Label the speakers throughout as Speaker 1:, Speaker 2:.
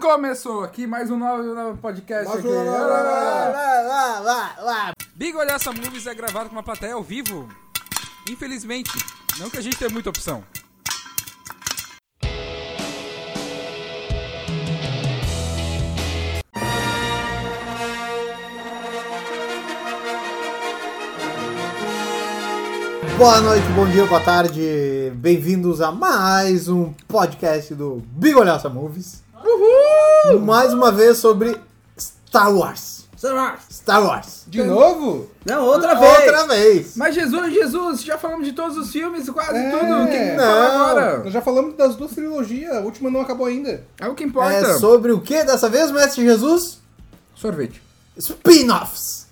Speaker 1: Começou aqui mais um novo, novo podcast
Speaker 2: Mas
Speaker 1: aqui.
Speaker 2: lá, lá, lá, lá, lá, lá, lá.
Speaker 1: Big Olhaça Movies é gravado com uma plateia ao vivo. Infelizmente, não que a gente tenha muita opção.
Speaker 2: Boa noite, bom dia, boa tarde. Bem-vindos a mais um podcast do Bigolhaça Movies. Uhul! Mais uma vez sobre Star Wars. Star Wars.
Speaker 3: De novo?
Speaker 4: Não, outra vez.
Speaker 2: Outra vez.
Speaker 1: Mas Jesus, Jesus, já falamos de todos os filmes, quase
Speaker 3: É.
Speaker 1: tudo. O que que
Speaker 3: Não.
Speaker 1: fala agora?
Speaker 3: Nós já falamos das duas trilogias, a última não acabou ainda.
Speaker 1: É o que
Speaker 2: É
Speaker 1: importa.
Speaker 2: sobre o que dessa vez, Mestre Jesus?
Speaker 1: Sorvete.
Speaker 2: Spin-offs.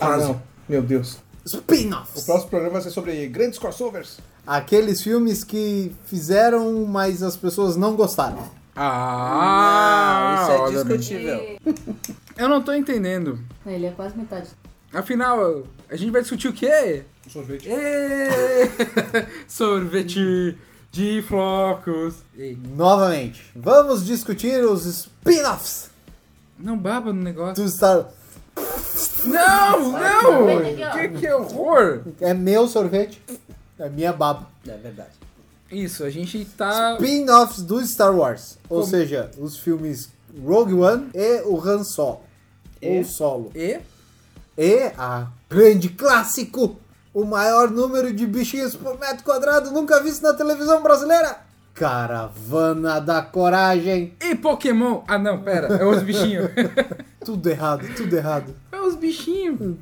Speaker 3: Ah, não. Meu Deus. O
Speaker 2: Spin-offs.
Speaker 3: próximo programa vai ser sobre grandes crossovers.
Speaker 2: Aqueles filmes que fizeram, mas as pessoas não gostaram.
Speaker 1: Ah,
Speaker 4: isso é
Speaker 1: olha,
Speaker 4: discutível.
Speaker 1: Eu não tô entendendo.
Speaker 5: Ele é quase metade.
Speaker 1: Afinal, a gente vai discutir o quê?
Speaker 3: Um Sorvete.
Speaker 1: Ê! Sorvete de flocos. Ei,
Speaker 2: Novamente, vamos discutir os spin-offs
Speaker 1: Não baba no negócio.
Speaker 2: do Star
Speaker 1: Não,
Speaker 5: Sorvete
Speaker 1: não! Que,
Speaker 5: aqui,
Speaker 1: que horror!
Speaker 2: É meu sorvete, é minha baba.
Speaker 4: É verdade.
Speaker 1: Isso, a gente tá.
Speaker 2: Spin-offs do Star Wars, ou seja, os filmes Rogue One e o Han Solo.
Speaker 4: É?
Speaker 2: Ou Solo.
Speaker 1: E?
Speaker 2: E a grande clássico, o maior número de bichinhos por metro quadrado nunca visto na televisão brasileira. Caravana da Coragem.
Speaker 1: E Pokémon! Ah não, pera, é os bichinhos.
Speaker 2: Tudo errado, tudo errado,
Speaker 1: é os bichinhos.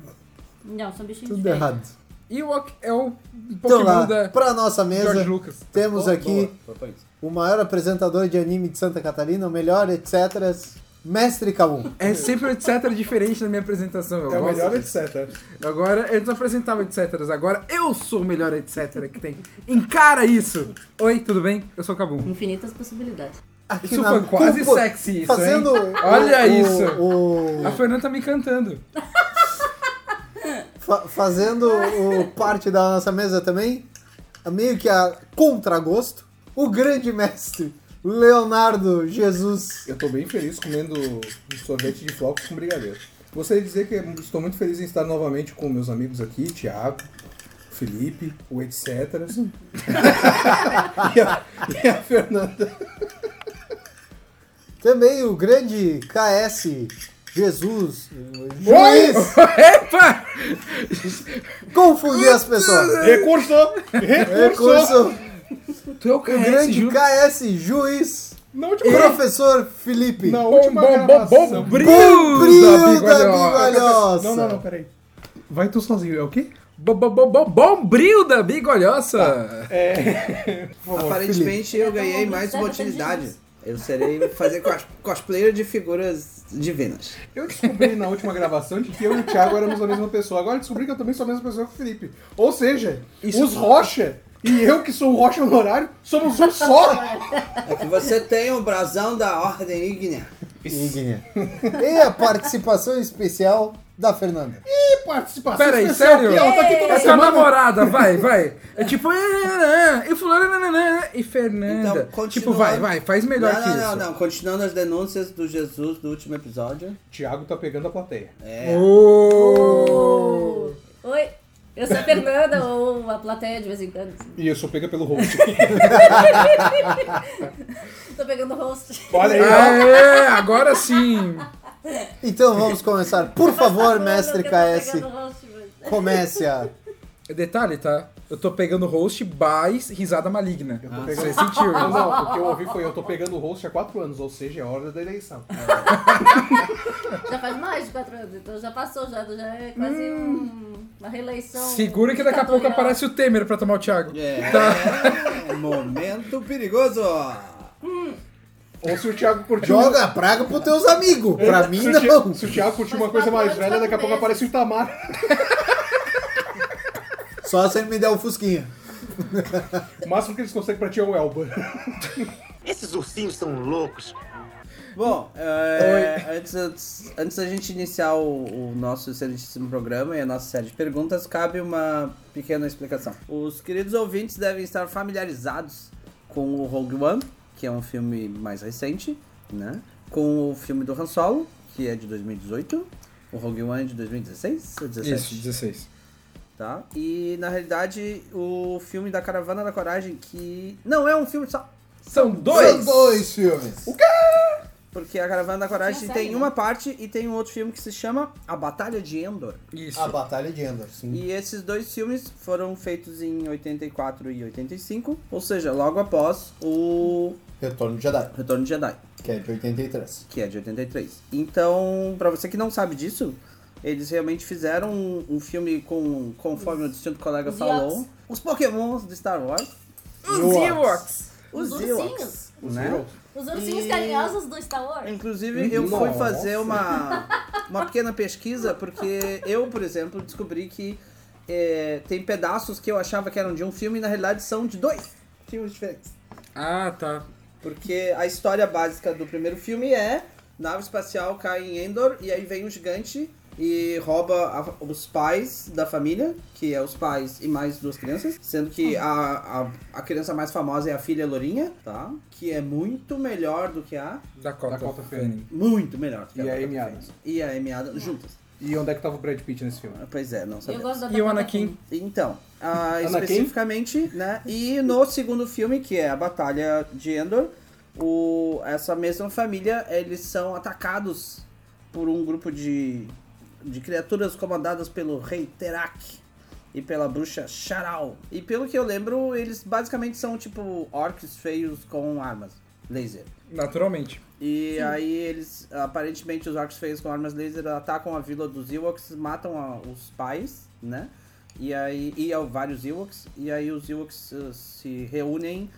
Speaker 5: Não, são bichinhos
Speaker 2: tudo
Speaker 5: diferentes.
Speaker 2: errado.
Speaker 1: E o ok- é o
Speaker 2: Então
Speaker 1: Pokémon
Speaker 2: lá,
Speaker 1: da
Speaker 2: pra nossa
Speaker 1: George
Speaker 2: mesa,
Speaker 1: Lucas.
Speaker 2: temos
Speaker 4: Boa,
Speaker 2: aqui...
Speaker 4: boa,
Speaker 1: tá,
Speaker 4: propõe isso.
Speaker 2: o maior apresentador de anime de Santa Catarina, o melhor, etc. Mestre Kabum.
Speaker 1: É sempre o etc diferente na minha apresentação. Eu
Speaker 3: É o
Speaker 1: gosto
Speaker 3: melhor,
Speaker 1: disso.
Speaker 3: etc.
Speaker 1: Agora eles apresentavam etc. Agora eu sou o melhor etc que tem. Encara isso! Oi, tudo bem? Eu sou o Cabum.
Speaker 5: Infinitas possibilidades.
Speaker 2: Aqui
Speaker 1: Isso foi quase
Speaker 2: Cupo,
Speaker 1: sexy isso,
Speaker 2: Fazendo
Speaker 1: hein?
Speaker 2: o-
Speaker 1: Olha
Speaker 2: o-
Speaker 1: isso.
Speaker 2: o-
Speaker 1: A Fernanda tá me cantando.
Speaker 2: fa- fazendo o parte da nossa mesa também, meio que a contragosto, o grande mestre Leonardo Jesus.
Speaker 3: Eu tô bem feliz comendo um sorvete de flocos com brigadeiro. Gostaria de dizer que estou muito feliz em estar novamente com meus amigos aqui, Thiago, Felipe, o etc. e, a, e a Fernanda.
Speaker 2: Também o grande KS Jesus. Juiz!
Speaker 1: Epa!
Speaker 2: Confundir as pessoas.
Speaker 3: Recurso!
Speaker 2: Recurso.
Speaker 1: Tu é o
Speaker 2: O
Speaker 1: KS,
Speaker 2: grande
Speaker 1: Ju.
Speaker 2: KS Juiz.
Speaker 3: Na última,
Speaker 2: Professor Felipe.
Speaker 3: na
Speaker 1: Bom,
Speaker 3: última
Speaker 1: bom, bom,
Speaker 3: gravação-
Speaker 1: bom, brilho
Speaker 2: Bom
Speaker 1: da
Speaker 2: brilho da
Speaker 1: Bigolhosa.
Speaker 2: bigalhoça.
Speaker 3: Não, não, não, peraí. Vai tu sozinho, é o quê?
Speaker 1: Bo- bo- bo- bo- Bom brilho da bigolhosa.
Speaker 4: Aparentemente eu ganhei
Speaker 5: Então,
Speaker 4: mais
Speaker 5: certo,
Speaker 4: uma
Speaker 5: tem
Speaker 4: utilidade. Eu serei fazer cos cosplayer de figuras divinas.
Speaker 3: Eu descobri na última gravação de que eu e o Thiago éramos a mesma pessoa. Agora descobri que eu também sou a mesma pessoa que o Felipe. Ou seja,
Speaker 2: é
Speaker 3: os Rocha e eu, que sou o Rocha honorário, somos um só.
Speaker 4: É que você tem um brasão da Ordem Ígnea.
Speaker 2: Ígnea. E a participação especial da Fernanda.
Speaker 3: E participação
Speaker 1: Pera aí,
Speaker 3: especial
Speaker 1: sério?
Speaker 3: aqui, ela tá aqui toda
Speaker 1: É tua
Speaker 3: semana.
Speaker 1: namorada, vai, vai. É tipo, "Ah, ah, ah", e fulano, nananã, e Fernanda.
Speaker 4: Então, continua.
Speaker 1: tipo, vai, vai, faz melhor
Speaker 4: não,
Speaker 1: que
Speaker 4: não,
Speaker 1: isso.
Speaker 4: não, não. Continuando as denúncias do Jesus do último episódio.
Speaker 2: É.
Speaker 3: Thiago tá pegando a plateia.
Speaker 4: É.
Speaker 1: Ô.
Speaker 5: Oh! Oi, eu sou a Fernanda, ou a plateia de vez em quando.
Speaker 3: E eu sou pega pelo host.
Speaker 5: Tô pegando o rosto.
Speaker 3: Olha aí,
Speaker 2: Ah,
Speaker 3: ó.
Speaker 1: Aê, agora sim.
Speaker 2: Então vamos começar. Por favor, mestre
Speaker 5: Eu tô pegando
Speaker 2: KS,
Speaker 5: o rosto, mas-
Speaker 2: comece a.
Speaker 1: Detalhe, tá? Eu tô pegando host by risada maligna.
Speaker 3: Eu tô
Speaker 1: Você
Speaker 3: pegando-
Speaker 1: sentiu?
Speaker 3: Não, não, o que eu ouvi foi eu tô pegando o host há quatro anos, ou seja, é a hora da eleição.
Speaker 2: É.
Speaker 5: Já faz mais de quatro anos, então já passou, já, já é quase um- uma reeleição.
Speaker 1: Segura que daqui a pouco
Speaker 5: ditatorial.
Speaker 1: aparece o Temer pra tomar o Thiago.
Speaker 4: É. um
Speaker 1: Tá.
Speaker 4: Momento perigoso.
Speaker 3: Ou se o Thiago curtiu...
Speaker 2: Joga a praga pros teus amigos. Pra mim,
Speaker 3: Se o, Thiago,
Speaker 2: não.
Speaker 3: se o Thiago curtiu uma
Speaker 5: Mas
Speaker 3: coisa
Speaker 5: quatro
Speaker 3: mais
Speaker 5: anos,
Speaker 3: velha, daqui a pouco
Speaker 5: quatro meses.
Speaker 3: aparece o Itamar.
Speaker 2: Só se ele me der o Fusquinha.
Speaker 3: O máximo que eles conseguem pra ti é o Elba.
Speaker 6: Esses ursinhos são loucos.
Speaker 4: Bom, é, antes, antes, antes da gente iniciar o, o nosso excelentíssimo programa e a nossa série de perguntas, cabe uma pequena explicação. Os queridos ouvintes devem estar familiarizados com o Rogue One, que é um filme mais recente, né? Com o filme do Han Solo, que é de 2018, o Rogue One é de 2016 ou 17?
Speaker 1: Isso, 16.
Speaker 4: Tá? E na realidade, o filme da Caravana da Coragem, que não é um filme só.
Speaker 1: São dois!
Speaker 2: São dois filmes.
Speaker 4: Porque a Caravana da Coragem
Speaker 5: Tinha né?
Speaker 4: tem
Speaker 5: saído.
Speaker 4: uma parte e tem um outro filme que se chama A Batalha de Endor.
Speaker 1: Isso.
Speaker 2: A Batalha de Endor.
Speaker 4: E esses dois filmes foram feitos em 84 e 85, ou seja, logo após o
Speaker 2: Retorno de Jedi,
Speaker 4: Retorno de Jedi,
Speaker 2: que é de 83.
Speaker 4: que é de 83. Então, pra você que não sabe disso, eles realmente fizeram um, um filme com, conforme o distinto colega
Speaker 5: Os
Speaker 4: falou,
Speaker 5: Ewoks.
Speaker 4: os Pokémons de Star Wars,
Speaker 1: Os Ewoks.
Speaker 4: os,
Speaker 5: Os ursinhos.
Speaker 4: Ewoks, né?
Speaker 5: Os ursinhos
Speaker 4: E-
Speaker 5: carinhosos do Star Wars.
Speaker 4: Inclusive, eu fui fazer uma, uma pequena pesquisa, porque eu, por exemplo, descobri que é, tem pedaços que eu achava que eram de um filme e na realidade são de dois filmes diferentes.
Speaker 1: Ah, tá.
Speaker 4: Porque a história básica do primeiro filme é nave espacial cai em Endor e aí vem um gigante e rouba a- os pais da família, que é os pais e mais duas crianças, sendo que a, a, a criança mais famosa é a filha Lourinha, tá? Que é muito melhor do que a
Speaker 1: Da Cota,
Speaker 3: Dakota
Speaker 1: Fanning.
Speaker 4: muito melhor. do que
Speaker 3: E a
Speaker 4: Dakota
Speaker 3: Amy
Speaker 4: Fanning.
Speaker 3: Adams.
Speaker 4: E a Amy Adams juntas.
Speaker 3: E onde é que tava o Brad Pitt nesse filme?
Speaker 4: Ah, Pois é, não
Speaker 5: Eu
Speaker 4: sabemos.
Speaker 5: gosto da
Speaker 1: E o
Speaker 5: Dakota
Speaker 1: Anakin.
Speaker 5: Fanning.
Speaker 4: Então, ah,
Speaker 3: Anakin?
Speaker 4: especificamente, né? E no segundo filme, que é a Batalha de Endor, o, essa mesma família, eles são atacados por um grupo de, de criaturas comandadas pelo rei Terak e pela bruxa Charal. E pelo que eu lembro, eles basicamente são tipo orcs feios com armas laser.
Speaker 1: Naturalmente.
Speaker 4: E aí eles, aparentemente, os orcs feios com armas laser atacam a vila dos Ewoks, matam a- os pais, né? E aí, e ao vários Ewoks, e aí os Ewoks uh, se reúnem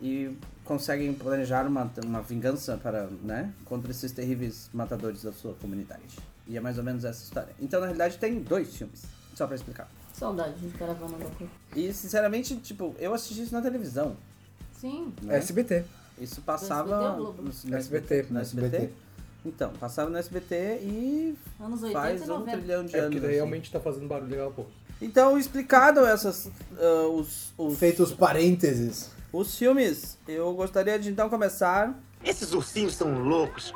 Speaker 4: e conseguem planejar uma, uma vingança para, né, contra esses terríveis matadores da sua comunidade. E é mais ou menos essa história. Então, na realidade, tem dois filmes, só pra explicar.
Speaker 5: Saudade de caravana da cor.
Speaker 4: E, sinceramente, tipo, eu assisti isso na televisão.
Speaker 5: Sim.
Speaker 4: né?
Speaker 1: SBT.
Speaker 4: Isso
Speaker 5: SBT
Speaker 4: passava
Speaker 5: ou um Globo? né?
Speaker 4: no- no
Speaker 1: SBT,
Speaker 4: No SBT. Então, passava no SBT e
Speaker 5: Anos 80
Speaker 4: faz
Speaker 5: e
Speaker 4: um
Speaker 5: 90.
Speaker 4: trilhão de
Speaker 3: É
Speaker 4: anos.
Speaker 3: porque daí
Speaker 4: assim.
Speaker 3: realmente tá fazendo barulho legal, pô.
Speaker 4: Então, explicado essas, ah, os, os,
Speaker 2: Feitos parênteses.
Speaker 4: os filmes, eu gostaria de então começar
Speaker 6: Esses ursinhos são loucos.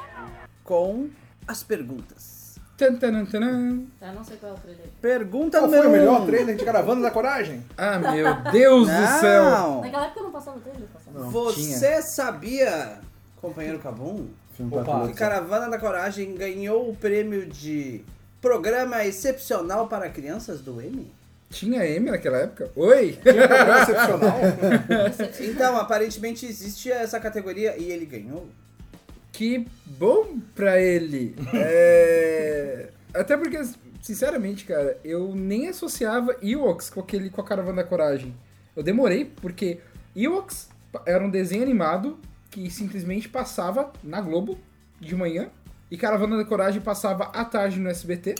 Speaker 4: com as perguntas.
Speaker 1: Tan, tan, tan, tan.
Speaker 5: Tá, não sei qual é o trailer.
Speaker 4: Pergunta
Speaker 3: Qual
Speaker 4: número
Speaker 3: Então foi o melhor
Speaker 4: um.
Speaker 3: trailer de Caravana da Coragem?
Speaker 1: Ah, meu Deus do céu.
Speaker 4: Não.
Speaker 5: Naquela época eu não passava o trailer, eu passava.
Speaker 4: Você sabia, companheiro Cabum,
Speaker 2: Filme
Speaker 3: Opa.
Speaker 2: pra
Speaker 4: que Caravana da Coragem ganhou o prêmio de Programa Excepcional para Crianças do Emmy?
Speaker 1: Tinha M naquela época? Oi!
Speaker 3: Tinha um programa excepcional.
Speaker 4: Então, aparentemente existe essa categoria e ele ganhou.
Speaker 1: Que bom pra ele! É... Até porque, sinceramente, cara, eu nem associava Ewoks com, aquele, com a Caravana da Coragem. Eu demorei, porque Ewoks era um desenho animado que simplesmente passava na Globo de manhã e Caravana da Coragem passava à tarde no SBT,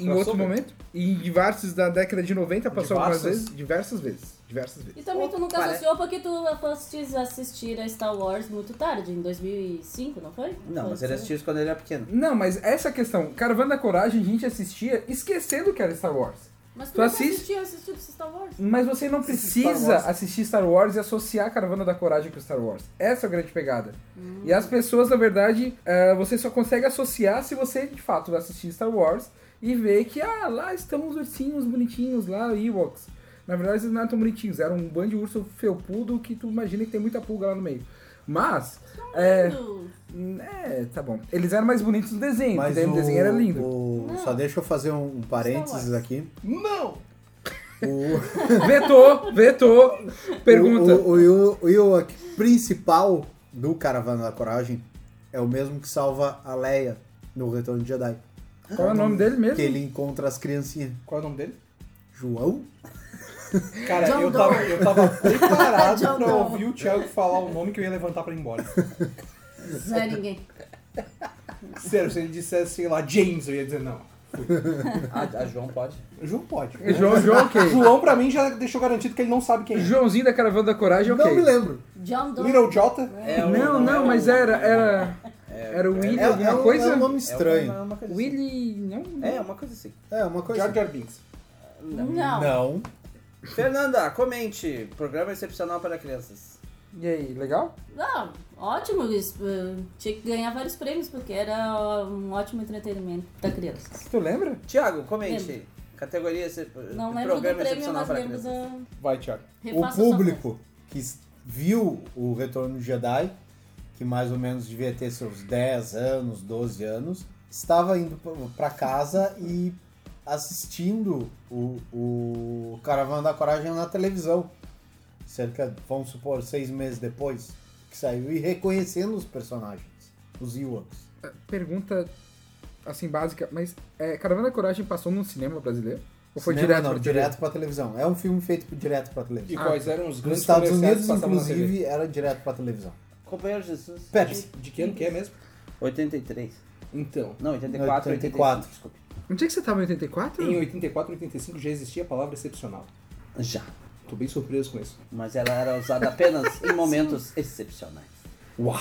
Speaker 1: em
Speaker 3: Crossover.
Speaker 1: outro momento. E em diversos da década de 90 passou algumas
Speaker 3: Diversas?
Speaker 1: vezes. Diversas vezes. Diversas vezes.
Speaker 5: E também tu nunca
Speaker 4: Pare-
Speaker 5: associou porque tu foste assistir a Star Wars muito tarde, em 2005, não foi?
Speaker 4: Não,
Speaker 5: Foi
Speaker 4: mas ele
Speaker 5: assim.
Speaker 4: assistiu isso quando ele era pequeno.
Speaker 1: Não, mas essa é questão, Caravana da Coragem, a gente assistia esquecendo que era Star Wars.
Speaker 5: Mas tu
Speaker 1: Tu
Speaker 5: nunca
Speaker 1: assiste-
Speaker 5: assistiu, assistiu Star Wars?
Speaker 1: Mas você não
Speaker 4: Star
Speaker 1: precisa
Speaker 4: Wars.
Speaker 1: assistir Star Wars e associar a Caravana da Coragem com Star Wars. Essa é a grande pegada.
Speaker 4: Hum.
Speaker 1: E as pessoas, na verdade, eh, você só consegue associar se você, de fato, assistir Star Wars e ver que, ah, lá estão os ursinhos bonitinhos, lá, Ewoks. Na verdade, eles não eram tão bonitinhos, era um bando de urso felpudo que tu imagina que tem muita pulga lá no meio. Mas, é,
Speaker 5: Do-
Speaker 1: é, tá bom. Eles eram mais bonitos no desenho, porque daí o desenho era lindo.
Speaker 2: o-
Speaker 5: Não.
Speaker 2: Só deixa eu fazer um, um parênteses
Speaker 5: Star Wars.
Speaker 2: aqui.
Speaker 3: Não!
Speaker 2: O,
Speaker 1: Vetou, vetou. Pergunta.
Speaker 2: O, o, o, o Ewok principal do Caravana da Coragem é o mesmo que salva a Leia no Retorno de Jedi.
Speaker 1: Qual é o nome dele mesmo?
Speaker 2: Que ele encontra as criancinhas.
Speaker 3: Qual é o nome dele?
Speaker 2: João?
Speaker 3: Cara,
Speaker 5: John
Speaker 3: eu tava,
Speaker 5: Doe.
Speaker 3: eu tava preparado
Speaker 5: John
Speaker 3: pra
Speaker 5: Doe.
Speaker 3: ouvir o Thiago falar o nome que eu ia levantar pra ir embora.
Speaker 5: Não é ninguém.
Speaker 3: Sério, se ele dissesse, sei lá, James, eu ia dizer não.
Speaker 4: A, a Ah, João pode.
Speaker 3: João pode.
Speaker 1: João, João, ok.
Speaker 3: João, pra mim, já deixou garantido que ele não sabe quem é.
Speaker 1: Joãozinho da Caravana da Coragem, ok.
Speaker 2: Não me lembro.
Speaker 5: John Doe.
Speaker 3: Little Jota.
Speaker 4: É o-
Speaker 1: Não,
Speaker 4: é
Speaker 1: não,
Speaker 4: o-
Speaker 1: mas era. Era, era o Willy
Speaker 2: É,
Speaker 1: alguma
Speaker 2: é um-
Speaker 1: coisa?
Speaker 2: é um nome
Speaker 4: é uma- É
Speaker 2: estranho.
Speaker 4: uma coisa assim.
Speaker 1: Willy. Não.
Speaker 4: É, uma coisa assim.
Speaker 2: É uma
Speaker 3: Jar
Speaker 2: coisa.
Speaker 3: Jar Binks.
Speaker 5: Não.
Speaker 2: Não.
Speaker 4: Fernanda, comente. Programa excepcional para crianças.
Speaker 1: E aí, legal?
Speaker 5: Não, ótimo isso. eh, Tinha que ganhar vários prêmios, porque era ó, um ótimo entretenimento pra crianças.
Speaker 1: Tu lembra?
Speaker 4: Tiago, comente. Categoria esse
Speaker 5: Não lembro do
Speaker 4: programa
Speaker 5: prêmio,
Speaker 4: excepcional
Speaker 5: mas
Speaker 4: para
Speaker 5: lembro
Speaker 4: crianças.
Speaker 5: da.
Speaker 3: Vai, Thiago.
Speaker 2: o
Speaker 5: Refaça sua
Speaker 2: público que s- viu o Retorno de Jedi, que mais ou menos devia ter seus 10 anos, 12 anos, estava indo pro- pra casa e assistindo o, o Caravana da Coragem na televisão. Cerca, vamos supor, seis meses depois que saiu, e reconhecendo os personagens, os Ewoks.
Speaker 1: Pergunta, assim, básica, mas é, Caravana da Coragem passou num cinema brasileiro? Ou foi
Speaker 2: Cinema,
Speaker 1: direto
Speaker 2: não,
Speaker 1: pra TV?
Speaker 2: direto pra televisão. É um filme feito direto pra
Speaker 3: E
Speaker 2: televisão.
Speaker 3: quais eram os
Speaker 2: Ah, Nos
Speaker 3: grandes
Speaker 2: Estados
Speaker 3: comerciais
Speaker 2: Unidos,
Speaker 3: que passavam na TV?
Speaker 2: inclusive, era direto pra televisão.
Speaker 4: Companheiro Jesus.
Speaker 2: Pepsi.
Speaker 3: De que ano que é mesmo?
Speaker 4: 83.
Speaker 3: Então,
Speaker 4: Não,
Speaker 2: 84.
Speaker 4: 84, 84. Desculpa.
Speaker 1: Onde é que você tava em 84?
Speaker 3: em 84, 85 já existia a palavra excepcional.
Speaker 4: Já.
Speaker 3: Tô bem surpreso com isso.
Speaker 4: Mas ela era usada apenas em momentos excepcionais.
Speaker 3: Uau!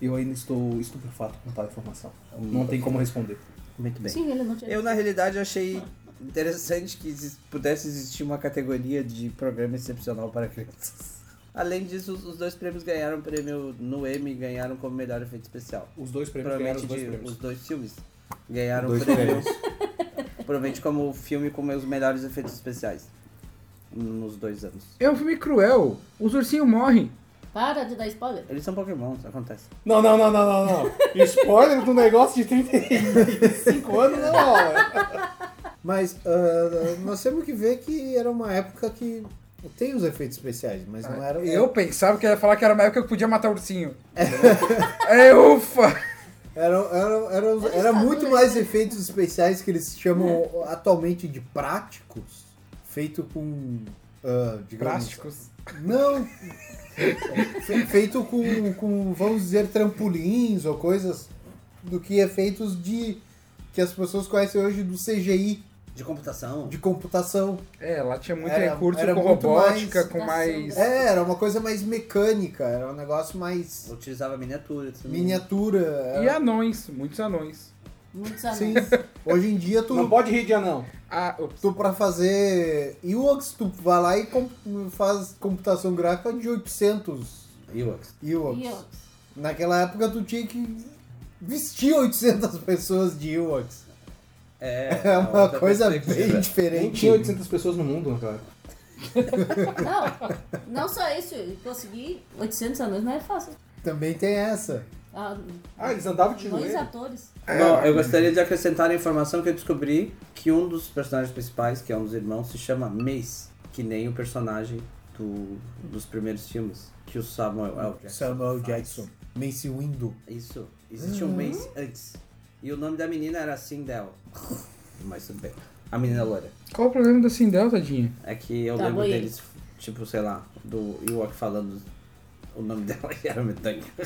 Speaker 3: Eu ainda estou estupefato com tal informação. Não tem como responder.
Speaker 4: Muito bem.
Speaker 5: Sim, ele não tinha.
Speaker 4: Eu, na realidade, achei interessante que exis- pudesse existir uma categoria de programa excepcional para crianças. Além disso, os os dois prêmios ganharam prêmio no Emmy e ganharam como melhor efeito especial.
Speaker 3: Os dois prêmios ganharam
Speaker 4: Provavelmente
Speaker 3: os dois
Speaker 4: de-
Speaker 3: prêmios.
Speaker 4: os dois filmes ganharam
Speaker 2: Dois
Speaker 4: prêmio.
Speaker 2: prêmios.
Speaker 4: Provavelmente como filme com os melhores efeitos especiais nos dois anos.
Speaker 1: É um filme cruel. Os ursinhos morrem.
Speaker 5: Para de dar spoiler.
Speaker 4: Eles são pokémons, acontece.
Speaker 3: Não, não, não, não, não, não. Spoiler do negócio de 35 anos né, não rola.
Speaker 2: Mas ah, nós temos que ver que era uma época que tem os efeitos especiais, mas não era.
Speaker 1: Eu pensava que ia falar que era uma época que eu podia matar ursinho. é, ufa!
Speaker 2: Era, era, era, era muito mais efeitos especiais que eles chamam atualmente de práticos, feito com. ah, digamos,
Speaker 1: Plásticos.
Speaker 2: Não! Fe- feito com, com, vamos dizer, trampolins ou coisas do que efeitos de. que as pessoas conhecem hoje do CGI,
Speaker 4: De computação?
Speaker 2: de computação.
Speaker 1: É, lá tinha muito
Speaker 2: Era-
Speaker 1: recurso
Speaker 2: era
Speaker 1: com
Speaker 2: muito
Speaker 1: robótica,
Speaker 2: mais-
Speaker 1: com mais...
Speaker 2: É, era uma coisa mais mecânica, era um negócio mais.
Speaker 4: Utilizava miniatura. assim. também.
Speaker 2: Miniatura.
Speaker 1: E anões, muitos anões.
Speaker 5: Muitos anos.
Speaker 2: Sim. Hoje em dia
Speaker 3: Não
Speaker 2: tu,
Speaker 3: pode rir de anão.
Speaker 1: Ah, ops.
Speaker 2: tu pra fazer Ewoks, tu vai lá e com- faz computação gráfica de 800
Speaker 4: Ewoks.
Speaker 2: Ewoks.
Speaker 5: E eu.
Speaker 2: Naquela época tu tinha que vestir 800 pessoas de Ewoks.
Speaker 4: É,
Speaker 2: É uma
Speaker 4: outra
Speaker 2: coisa
Speaker 4: perspectiva.
Speaker 2: bem
Speaker 3: Nem
Speaker 2: diferente.
Speaker 3: tinha 800 pessoas no mundo, cara.
Speaker 5: Não, não só isso. Conseguir 800 anões não é fácil.
Speaker 2: Também tem essa.
Speaker 5: Ah,
Speaker 3: Ah, eles andavam de
Speaker 5: dois
Speaker 3: joelho.
Speaker 5: atores.
Speaker 2: É,
Speaker 4: Bom, eu gostaria de acrescentar a informação que eu descobri que um dos personagens principais, que é um dos irmãos, se chama Mace, que nem o personagem do- dos primeiros filmes, que o Samuel L. Jackson.
Speaker 2: Samuel
Speaker 4: faz.
Speaker 2: Jackson. Mace Windu.
Speaker 4: Isso, existia
Speaker 1: Hum.
Speaker 4: um Mace antes. E o nome da menina era Sindel. Mas tudo bem. A menina loira.
Speaker 1: Qual o problema da Sindel, tadinha?
Speaker 4: É que eu
Speaker 5: Tá
Speaker 4: lembro
Speaker 5: bom, e aí?
Speaker 4: deles, tipo, sei lá, do Ewok falando o nome dela e era Metanha.
Speaker 1: É,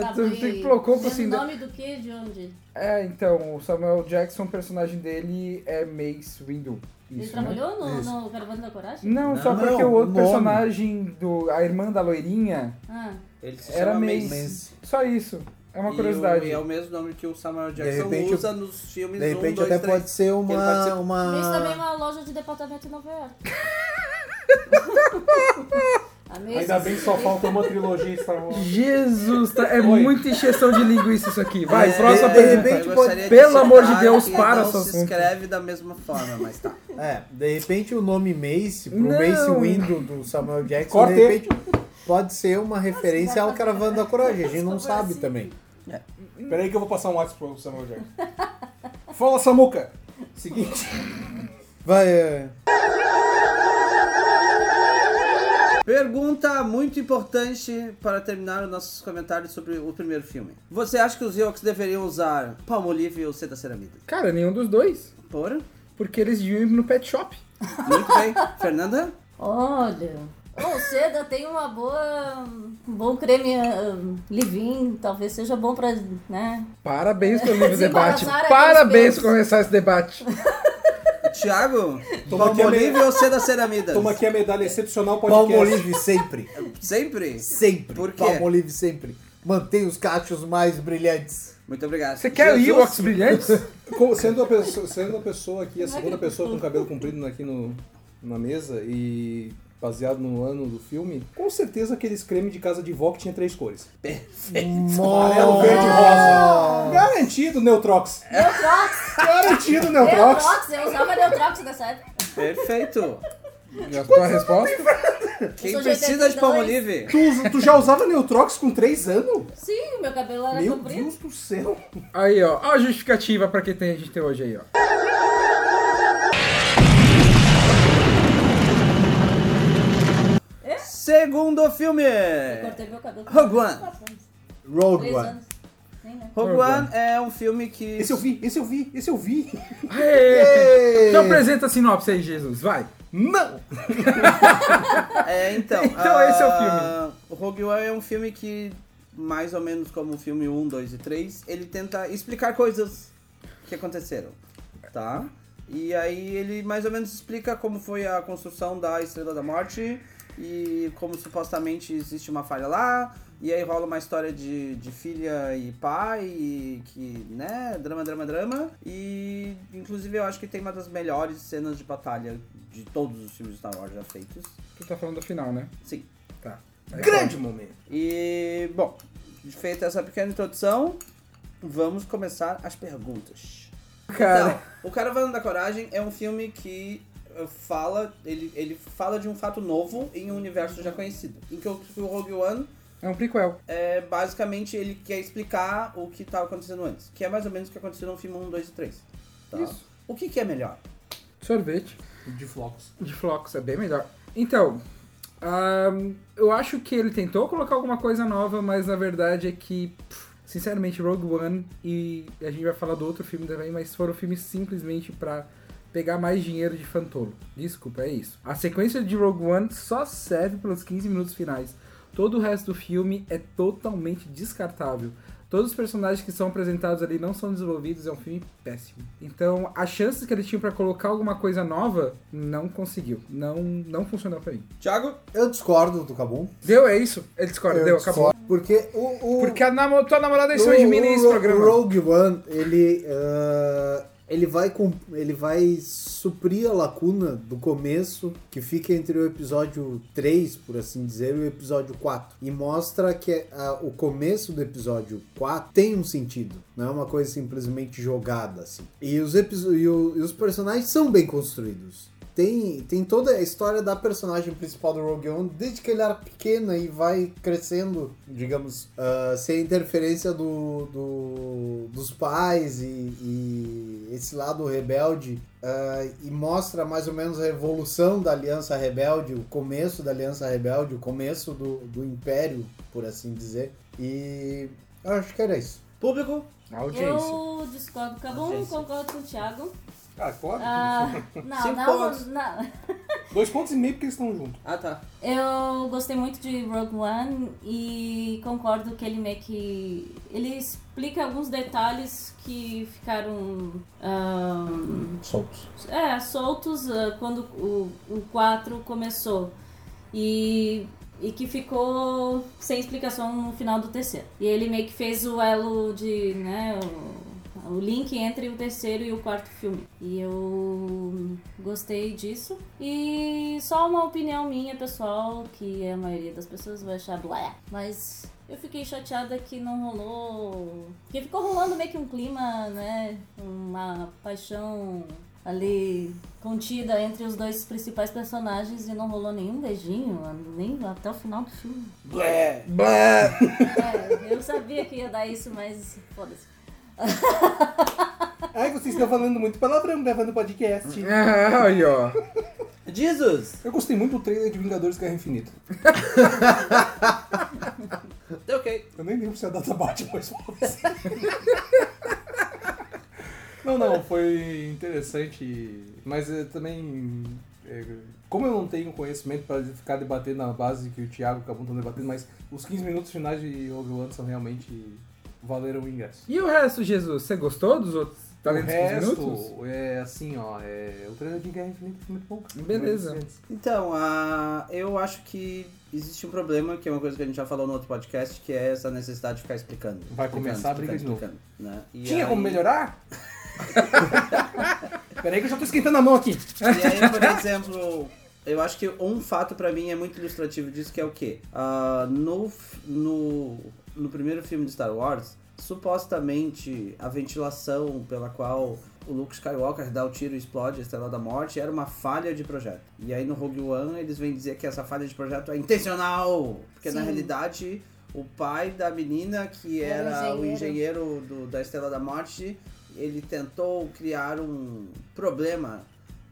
Speaker 5: Tá,
Speaker 1: tu
Speaker 5: mas
Speaker 1: tu colocou pro
Speaker 5: pelo
Speaker 1: Sindel.
Speaker 5: nome do que, de onde?
Speaker 1: É, então, o Samuel Jackson, o personagem dele é Mace Windu.
Speaker 5: Ele
Speaker 1: Isso, Hum. né?
Speaker 5: trabalhou no,
Speaker 2: Isso.
Speaker 5: no Caravana da Coragem?
Speaker 1: Não, só
Speaker 4: Não,
Speaker 1: porque o outro
Speaker 2: o nome.
Speaker 1: personagem do. A irmã da loirinha
Speaker 5: Ah,
Speaker 4: Ele se
Speaker 1: era
Speaker 4: chama
Speaker 1: Mace. Só isso. É uma
Speaker 4: E o-
Speaker 1: curiosidade.
Speaker 4: E é o mesmo nome que o Samuel
Speaker 2: De
Speaker 4: Jackson
Speaker 2: repente,
Speaker 4: usa nos filmes
Speaker 2: De
Speaker 3: um,
Speaker 2: repente
Speaker 4: 1, 2,
Speaker 2: até
Speaker 4: 3.
Speaker 2: pode ser uma.
Speaker 4: Ele pode ser-
Speaker 5: Isso também é
Speaker 2: uma...
Speaker 5: uma loja de departamento em Nova York. A mesma
Speaker 3: Ainda bem que só falta uma trilogia Star Wars.
Speaker 1: Jesus, tá- é
Speaker 3: Oi.
Speaker 1: muita encheção de linguiça isso aqui. Vai,
Speaker 4: É,
Speaker 1: próxima
Speaker 4: eu
Speaker 1: pergunta.
Speaker 2: repente
Speaker 4: gostaria
Speaker 2: pode-
Speaker 4: de
Speaker 1: Pelo
Speaker 4: citar
Speaker 1: amor de Deus,
Speaker 4: que
Speaker 1: para,
Speaker 4: Não
Speaker 1: seu
Speaker 4: se
Speaker 1: assunto.
Speaker 4: escreve da mesma forma, mas tá.
Speaker 2: É, de repente o nome Mace, pro
Speaker 1: Não.
Speaker 2: Mace Windu do Samuel Jackson,
Speaker 3: Corta
Speaker 2: de
Speaker 3: ele.
Speaker 2: repente pode ser uma referência ao Caravana da Coragem. A gente não sabe também.
Speaker 3: Peraí que eu vou passar um WhatsApp pro Samuel Jackson. Fala, Samuca! Seguinte.
Speaker 2: Vai. é,
Speaker 4: Pergunta muito importante para terminar os nossos comentários sobre o primeiro filme. Você acha que os Ewoks deveriam usar palmolive ou seda ceramida?
Speaker 1: Cara, nenhum dos dois.
Speaker 4: Por?
Speaker 1: Porque eles iam ir no pet shop.
Speaker 4: Muito bem. Fernanda?
Speaker 5: Olha, ou seda tem uma boa, um bom creme um, Livin, talvez seja bom pra, né?
Speaker 1: Parabéns pelo livre debate.
Speaker 5: Desembaraçar aqueles
Speaker 1: Parabéns por
Speaker 5: pelos.
Speaker 1: começar esse debate.
Speaker 4: Thiago?
Speaker 3: Toma aqui a
Speaker 4: Palmolive ou seda ceramida?
Speaker 3: Toma aqui a medalha excepcional podcast.
Speaker 2: Palmolive sempre.
Speaker 4: Sempre?
Speaker 2: Sempre.
Speaker 4: Por quê?
Speaker 2: Palmolive sempre. Mantém os cachos mais brilhantes.
Speaker 4: Muito obrigado.
Speaker 1: Você quer
Speaker 4: Jesus.
Speaker 1: Ewoks brilhantes?
Speaker 3: Como- Sendo a
Speaker 5: é
Speaker 3: pessoa, sendo a pessoa aqui, a segunda pessoa com o cabelo comprido aqui no, na mesa e baseado no ano do filme, com certeza aqueles creme de casa de vó que tinha três cores. Amarelo, verde e rosa. Garantido, Neutrox.
Speaker 5: Neutrox!
Speaker 3: Garantido, Neutrox.
Speaker 5: Neutrox! Eu usava Neutrox nessa época.
Speaker 4: Perfeito.
Speaker 1: Gastou a resposta?
Speaker 5: Eu
Speaker 4: Quem
Speaker 5: sou de
Speaker 4: precisa de
Speaker 5: 82.
Speaker 4: Palmolive?
Speaker 3: Tu, tu já usava Neutrox com três anos?
Speaker 5: Sim, meu cabelo era
Speaker 3: Meu
Speaker 5: Tá comprido.
Speaker 3: Deus do céu.
Speaker 1: Aí, ó. Ó a justificativa pra que tem a gente tem hoje aí, ó.
Speaker 4: Segundo filme.
Speaker 5: Eu cortei meu cabelo.
Speaker 4: Rogue One.
Speaker 2: Rogue
Speaker 5: Três
Speaker 2: One.
Speaker 5: anos. Nem lembro.
Speaker 4: Rogue
Speaker 1: Rogue
Speaker 4: One é um filme que...
Speaker 3: Esse eu vi, esse eu vi, esse eu vi.
Speaker 1: Aê! Então
Speaker 2: Ei!
Speaker 1: apresenta a sinopse aí, Jesus. Vai.
Speaker 3: Não!
Speaker 4: É, então.
Speaker 1: Então,
Speaker 4: ah,
Speaker 1: esse é o filme.
Speaker 4: O Rogue One é um filme que, mais ou menos como o filme 1, 2 e 3, ele tenta explicar coisas que aconteceram, tá? E aí ele mais ou menos explica como foi a construção da Estrela da Morte e como supostamente existe uma falha lá. E aí rola uma história de, de filha e pai, e que, né, drama, drama, drama. E, inclusive, eu acho que tem uma das melhores cenas de batalha de todos os filmes de Star Wars já feitos.
Speaker 1: Tu tá falando do final, né?
Speaker 4: Sim.
Speaker 1: Tá.
Speaker 3: Grande momento.
Speaker 4: E, bom, feita essa pequena introdução, vamos começar as perguntas.
Speaker 1: Cara.
Speaker 4: Então, o Caravana da Coragem é um filme que eh, fala, ele, ele fala de um fato novo em um universo já conhecido. Em que o que o Rogue One,
Speaker 1: É um prequel.
Speaker 4: é, basicamente, ele quer explicar o que estava acontecendo antes. Que é mais ou menos o que aconteceu no filme 1, 2 e 3. tá?
Speaker 1: Isso.
Speaker 4: O que, que é melhor?
Speaker 1: Sorvete.
Speaker 3: De flocos.
Speaker 1: De flocos é bem melhor. Então, ahn, eu acho que ele tentou colocar alguma coisa nova, mas na verdade é que, pff, sinceramente, Rogue One e a gente vai falar do outro filme também, mas foram filmes simplesmente pra pegar mais dinheiro de Fantolo. Desculpa, é isso. A sequência de Rogue One só serve pelos 15 minutos finais. Todo o resto do filme é totalmente descartável. Todos os personagens que são apresentados ali não são desenvolvidos, é um filme péssimo. Então, as chances que ele tinha pra colocar alguma coisa nova, não conseguiu. Não, não funcionou pra mim.
Speaker 4: Thiago?
Speaker 2: Eu discordo do Cabum.
Speaker 1: Deu, é isso? Ele discorda,
Speaker 2: Eu
Speaker 1: deu, acabou.
Speaker 2: discordo, Porque o. o
Speaker 1: Porque a namo- tua namorada é em cima de mim nesse
Speaker 2: Ro-
Speaker 1: programa.
Speaker 2: Rogue One, ele. ah, ele vai, com, ele vai suprir a lacuna do começo que fica entre o episódio 3, por assim dizer, e o episódio 4. E mostra que ah, o começo do episódio 4 tem um sentido. Não é uma coisa simplesmente jogada, assim. E os, episo- e o- e os personagens são bem construídos. Tem, tem toda a história da personagem principal do Rogue One, desde que ele era pequena e vai crescendo, digamos, ah, sem a interferência do, do- dos pais e, e esse lado rebelde, ah, e mostra mais ou menos a evolução da Aliança Rebelde, o começo da Aliança Rebelde, o começo do, do Império, por assim dizer. E eu acho que era isso.
Speaker 4: Público?
Speaker 1: Audiência.
Speaker 5: Eu discordo com o Cabum,
Speaker 4: Audiência.
Speaker 5: concordo com o Thiago.
Speaker 3: Ah, claro.
Speaker 5: Ah, não,
Speaker 4: Cinco
Speaker 5: não,
Speaker 4: pontos.
Speaker 5: não.
Speaker 3: Dois pontos e meio porque eles estão juntos.
Speaker 4: Ah, tá.
Speaker 5: Eu gostei muito de Rogue One e concordo que ele meio que. Ele explica alguns detalhes que ficaram. ah, ahn,
Speaker 2: Soltos.
Speaker 5: é, soltos ah, quando o, o 4 começou. E, e que ficou sem explicação no final do terceiro. E ele meio que fez o elo de. né? O, o link entre o terceiro e o quarto filme. E eu gostei disso. E só uma opinião minha, pessoal, que a maioria das pessoas vai achar blé. Mas eu fiquei chateada que não rolou. Porque ficou rolando meio que um clima, né? Uma paixão ali contida entre os dois principais personagens e não rolou nenhum beijinho, nem até o final do filme.
Speaker 4: Blé.
Speaker 5: É, eu sabia que ia dar isso, mas foda-se.
Speaker 3: Ai, vocês estão falando muito palavrão gravando podcast.
Speaker 1: Ah, aí, ó.
Speaker 4: Jesus!
Speaker 3: Eu gostei muito do trailer de Vingadores Guerra Infinita.
Speaker 4: Então, Ok.
Speaker 3: Eu nem lembro se a data bate, mas foda-se. Não, não, foi interessante. Mas eh, também. eh, como eu não tenho conhecimento pra ficar debatendo na base que o Thiago e o Cabum estão debatendo, mas os 15 minutos finais de Rogue One são realmente. valeram o ingresso.
Speaker 1: E o resto, Jesus? Você gostou dos outros
Speaker 3: o
Speaker 1: talentos 15 minutos?
Speaker 3: resto é assim, ó. É, o trailer de Guerra Infinita foi muito bom. cara.
Speaker 1: Beleza.
Speaker 4: Então, a, eu acho que existe um problema, que é uma coisa que a gente já falou no outro podcast, que é essa necessidade de ficar explicando.
Speaker 3: Vai começar a briga de novo.
Speaker 4: Né? E
Speaker 3: Tinha
Speaker 4: aí-
Speaker 3: como melhorar? Peraí que eu já tô esquentando a mão aqui.
Speaker 4: E aí, por exemplo, Eu acho que um fato pra mim é muito ilustrativo disso, que é o quê? Ah, no, f- no, no primeiro filme de Star Wars, supostamente a ventilação pela qual o Luke Skywalker dá o tiro e explode a Estrela da Morte era uma falha de projeto. E aí no Rogue One eles vêm dizer que essa falha de projeto é intencional! Porque na
Speaker 5: Sim.
Speaker 4: realidade o pai da menina que
Speaker 5: Era
Speaker 4: era o
Speaker 5: engenheiro.
Speaker 4: engenheiro do- da Estrela da Morte, ele tentou criar um problema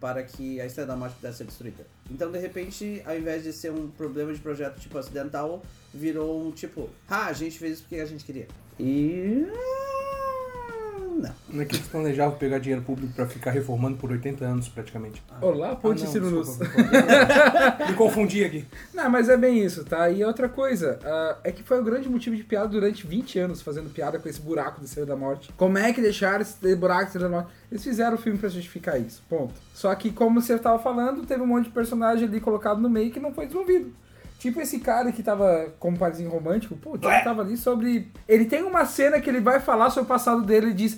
Speaker 4: para que a Estrela da Morte pudesse ser destruída. Então, de repente, ao invés de ser um problema de projeto tipo acidental, virou um tipo, ah, a gente fez isso porque a gente queria. E... ah, Não.
Speaker 3: Não é que eles planejavam pegar dinheiro público pra ficar reformando por 80 anos, praticamente.
Speaker 1: Olá, Ponte
Speaker 3: Ah, não,
Speaker 1: Ciro Luz.
Speaker 3: desculpa, desculpa. Me confundi aqui.
Speaker 1: Não, mas é bem isso, tá? E outra coisa, ah, é que foi o grande motivo de piada durante 20 anos, fazendo piada com esse buraco da Estrela da Morte. Como é que deixaram esse buraco da Estrela da Morte? Eles fizeram o filme pra justificar isso, ponto. Só que, como você tava falando, teve um monte de personagem ali colocado no meio que não foi desenvolvido. Tipo esse cara que tava como parizinho romântico, pô, o tipo tava ali sobre... Ele tem uma cena que ele vai falar sobre o passado dele e diz...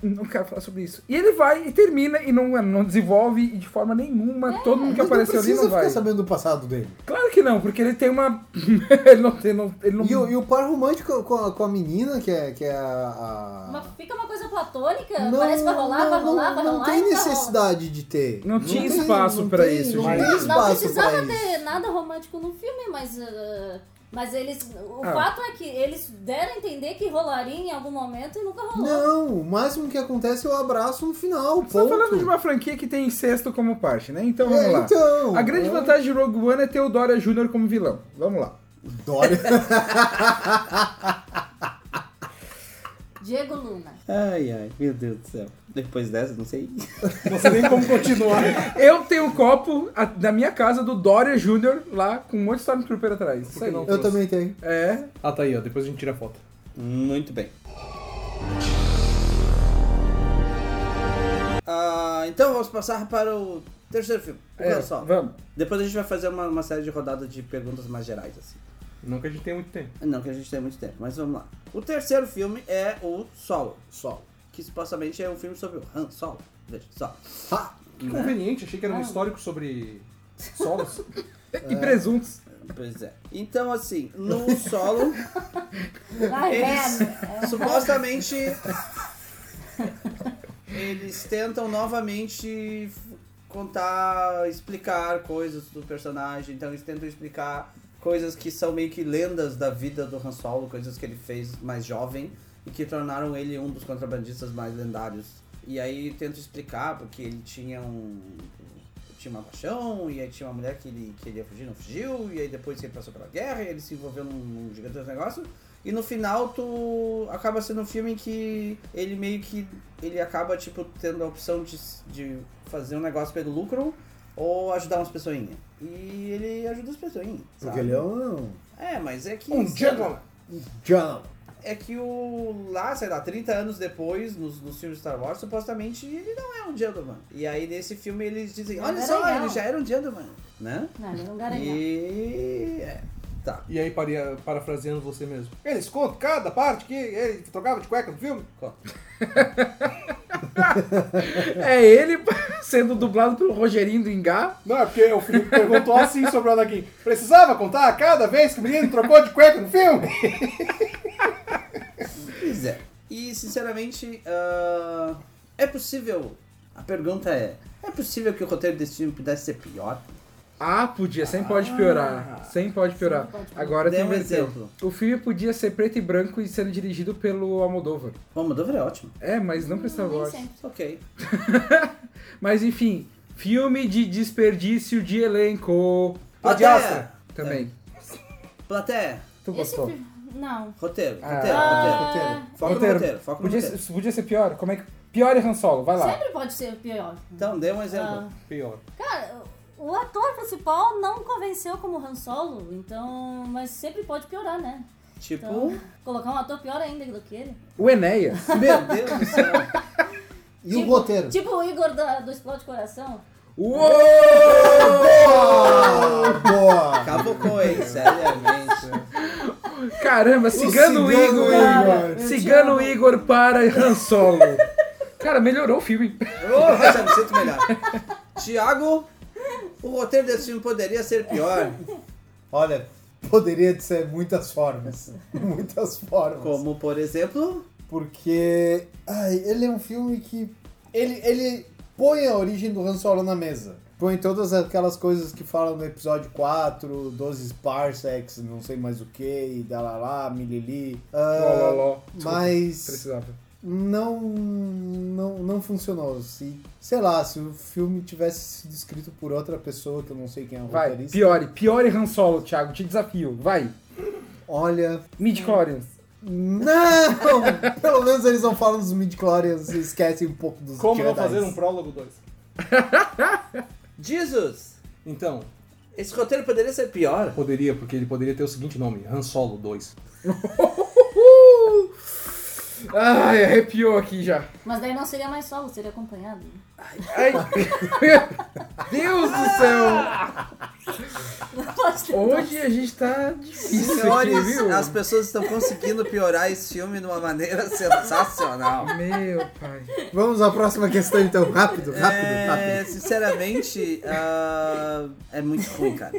Speaker 1: Não quero falar sobre isso. E ele vai e termina e não, não desenvolve de forma nenhuma. Todo mundo que
Speaker 2: Mas É, não
Speaker 1: apareceu ali
Speaker 2: precisa
Speaker 1: não vai.
Speaker 2: ficar sabendo do passado dele.
Speaker 1: Claro que não, porque ele tem uma. ele não tem. Não, ele não...
Speaker 2: E, o- e o par romântico com a, com a menina, que é, que é a.
Speaker 5: Uma-
Speaker 2: a-
Speaker 5: fica uma coisa platônica, parece vai rolar,
Speaker 2: não,
Speaker 5: vai rolar,
Speaker 2: não,
Speaker 5: vai
Speaker 2: não
Speaker 5: rolar.
Speaker 2: tem
Speaker 5: e tá vai rolar.
Speaker 2: necessidade de ter.
Speaker 1: Não tinha
Speaker 2: tem-
Speaker 1: espaço
Speaker 2: não
Speaker 1: pra
Speaker 2: tem-
Speaker 1: isso,
Speaker 2: não
Speaker 1: gente.
Speaker 2: tem
Speaker 5: Não, não
Speaker 2: espaço pra
Speaker 5: precisava
Speaker 2: isso.
Speaker 5: ter nada romântico no filme, mas. ah, mas eles. O
Speaker 1: Ah.
Speaker 5: fato é que eles deram a entender que rolaria em algum momento e nunca rolou.
Speaker 2: Não, o máximo que acontece é o abraço no final.
Speaker 1: Você tá
Speaker 2: ponto.
Speaker 1: falando de uma franquia que tem incesto como parte, né? Então vamos
Speaker 2: É,
Speaker 1: lá.
Speaker 2: então,
Speaker 1: a grande
Speaker 2: é.
Speaker 1: vantagem de Rogue One é ter o Dória Jr. como vilão. Vamos lá.
Speaker 2: Dória.
Speaker 5: Diego Luna.
Speaker 4: Ai, ai, meu Deus do céu. Depois dessa, não sei.
Speaker 3: Não sei nem como continuar.
Speaker 1: Eu tenho um copo a- na minha casa do Dória Jr. lá com um monte de Stormtrooper atrás. Isso aí.
Speaker 3: não?
Speaker 2: Eu também tenho.
Speaker 1: É.
Speaker 3: Ah, tá aí, ó. Depois a gente tira a foto.
Speaker 4: Muito bem. Ah, então vamos passar para o terceiro filme. O
Speaker 1: é
Speaker 4: Han Solo.
Speaker 1: vamos.
Speaker 4: Depois a gente vai fazer uma, uma série de rodadas de perguntas mais gerais, assim.
Speaker 3: Não que a gente tenha muito tempo.
Speaker 4: Não que a gente tenha muito tempo, mas vamos lá. O terceiro filme é o Solo. Solo. Que supostamente é um filme sobre o Han Solo. Veja, só.
Speaker 2: Ha!
Speaker 3: Que conveniente, achei que era um histórico sobre solos.
Speaker 1: E presuntos.
Speaker 4: Pois é. Então, assim, no Solo,
Speaker 5: Vai,
Speaker 4: eles
Speaker 5: velho.
Speaker 4: supostamente eles tentam novamente f- contar, explicar coisas do personagem. Então, eles tentam explicar coisas que são meio que lendas da vida do Han Solo, coisas que ele fez mais jovem e que tornaram ele um dos contrabandistas mais lendários. E aí tento explicar porque ele tinha um tinha uma paixão, e aí tinha uma mulher que ele queria fugir, não fugiu, e aí depois ele passou pela guerra, e ele se envolveu num, num gigantesco negócio. E no final tu acaba sendo um filme em que ele meio que. ele acaba, tipo, tendo a opção de, s- de fazer um negócio pelo lucro ou ajudar umas pessoinhas. E ele ajuda as pessoinhas.
Speaker 2: Porque
Speaker 4: Sabe?
Speaker 2: ele é um.
Speaker 4: É, mas é que.
Speaker 3: Um
Speaker 4: sei
Speaker 3: gentleman.
Speaker 4: lá,
Speaker 2: John.
Speaker 4: É que o. lá, sei lá, 30 anos depois, nos, nos filmes de Star Wars, supostamente ele não é um gentleman. E aí nesse filme eles dizem,
Speaker 5: É um
Speaker 4: olha só,
Speaker 5: garanhão."
Speaker 4: ele já era um gentleman, né?
Speaker 5: Não, ele não garanhou.
Speaker 4: E. É, tá.
Speaker 3: E aí, paria- parafraseando você mesmo. Eles contam cada parte que ele trocava de cueca no filme?
Speaker 1: É ele sendo dublado pelo Rogerinho do Engá.
Speaker 3: Não, é porque o Felipe perguntou assim sobre o Anakin. Precisava contar cada vez que o menino trocou de cueca no filme?
Speaker 4: Pois é. E, sinceramente, ah, é possível. A pergunta é: é possível que o roteiro desse filme pudesse ser pior?
Speaker 1: Ah, podia. Sem pode piorar. Sem pode piorar.
Speaker 5: Sem pode piorar.
Speaker 1: Agora
Speaker 4: Dê
Speaker 1: tem
Speaker 4: um exemplo.
Speaker 1: O filme podia ser preto e branco e sendo dirigido pelo Almodóvar.
Speaker 4: O Almodóvar é ótimo.
Speaker 1: É, mas não pra Star
Speaker 5: Nem
Speaker 1: Wars.
Speaker 5: sempre.
Speaker 4: Ok.
Speaker 1: Mas enfim, filme de desperdício de elenco.
Speaker 4: Plateia!
Speaker 1: Também.
Speaker 4: Plateia!
Speaker 1: Tu
Speaker 5: Esse
Speaker 1: gostou?
Speaker 5: filme- Não.
Speaker 4: Roteiro, roteiro,
Speaker 1: Ah.
Speaker 2: É,
Speaker 4: roteiro.
Speaker 5: Ah,
Speaker 4: Foca no
Speaker 1: Roteiro.
Speaker 4: roteiro, foca no
Speaker 1: Podia,
Speaker 4: roteiro.
Speaker 1: ser- podia ser pior? Como é que. Pior e Han Solo, vai lá.
Speaker 5: sempre pode ser pior.
Speaker 4: Então, dê um exemplo.
Speaker 3: Pior.
Speaker 5: Cara, o ator principal não convenceu como Han Solo, então. Mas sempre pode piorar, né?
Speaker 4: Tipo.
Speaker 5: Então, colocar um ator pior ainda do que ele.
Speaker 1: O Enéas.
Speaker 4: Meu Deus do céu!
Speaker 2: E o roteiro?
Speaker 5: Tipo o Igor da- do Explode Coração.
Speaker 1: Uou!
Speaker 2: Ah, boa!
Speaker 4: Acabou, hein? Seriamente. né?
Speaker 1: Caramba, cigano,
Speaker 2: cigano
Speaker 1: Igor!
Speaker 2: Igor.
Speaker 5: Eu
Speaker 1: Cigano
Speaker 5: te amo.
Speaker 1: Igor para Han Solo. Cara, melhorou o filme.
Speaker 4: Oh, já me sinto melhor. Tiago, O roteiro desse filme poderia ser pior,
Speaker 2: Olha, poderia ser muitas formas. muitas formas.
Speaker 4: como por exemplo.
Speaker 2: Porque. Ai, ele é um filme que. Ele, ele põe a origem do Han Solo na mesa. Põe todas aquelas coisas que falam no episódio 4, 12 parsecs, não sei mais o que, e dalalá, milili.
Speaker 1: Ló, ló,
Speaker 2: Ah,
Speaker 1: ló. Desculpa,
Speaker 2: mas
Speaker 1: Precisava.
Speaker 2: não, não, não funcionou. Se, sei lá, se o filme tivesse sido escrito por outra pessoa, que eu não sei quem é o
Speaker 1: Vai,
Speaker 2: roteirista.
Speaker 1: piore, piore Han Solo, Thiago, te desafio, vai.
Speaker 2: Olha,
Speaker 1: Midichlorians.
Speaker 2: Não! Pelo menos eles não falam dos midi-chlorians e esquecem um pouco dos
Speaker 3: Como não
Speaker 2: Jedi.
Speaker 3: fazer um prólogo 2?
Speaker 4: Jesus!
Speaker 3: Então,
Speaker 4: Esse roteiro poderia ser pior.
Speaker 3: poderia, porque ele poderia ter o seguinte nome, Han Solo 2.
Speaker 1: Ai, arrepiou aqui já.
Speaker 5: Mas daí não seria mais solo, seria acompanhado.
Speaker 1: Ai, meu Deus do céu. Hoje a gente tá difícil aqui,
Speaker 4: Senhores,
Speaker 1: viu?
Speaker 4: as pessoas estão conseguindo piorar esse filme de uma maneira sensacional.
Speaker 1: Meu pai.
Speaker 2: Vamos à próxima questão, então. Rápido, rápido,
Speaker 4: É,
Speaker 2: rápido.
Speaker 4: sinceramente, ah, é muito ruim, cara.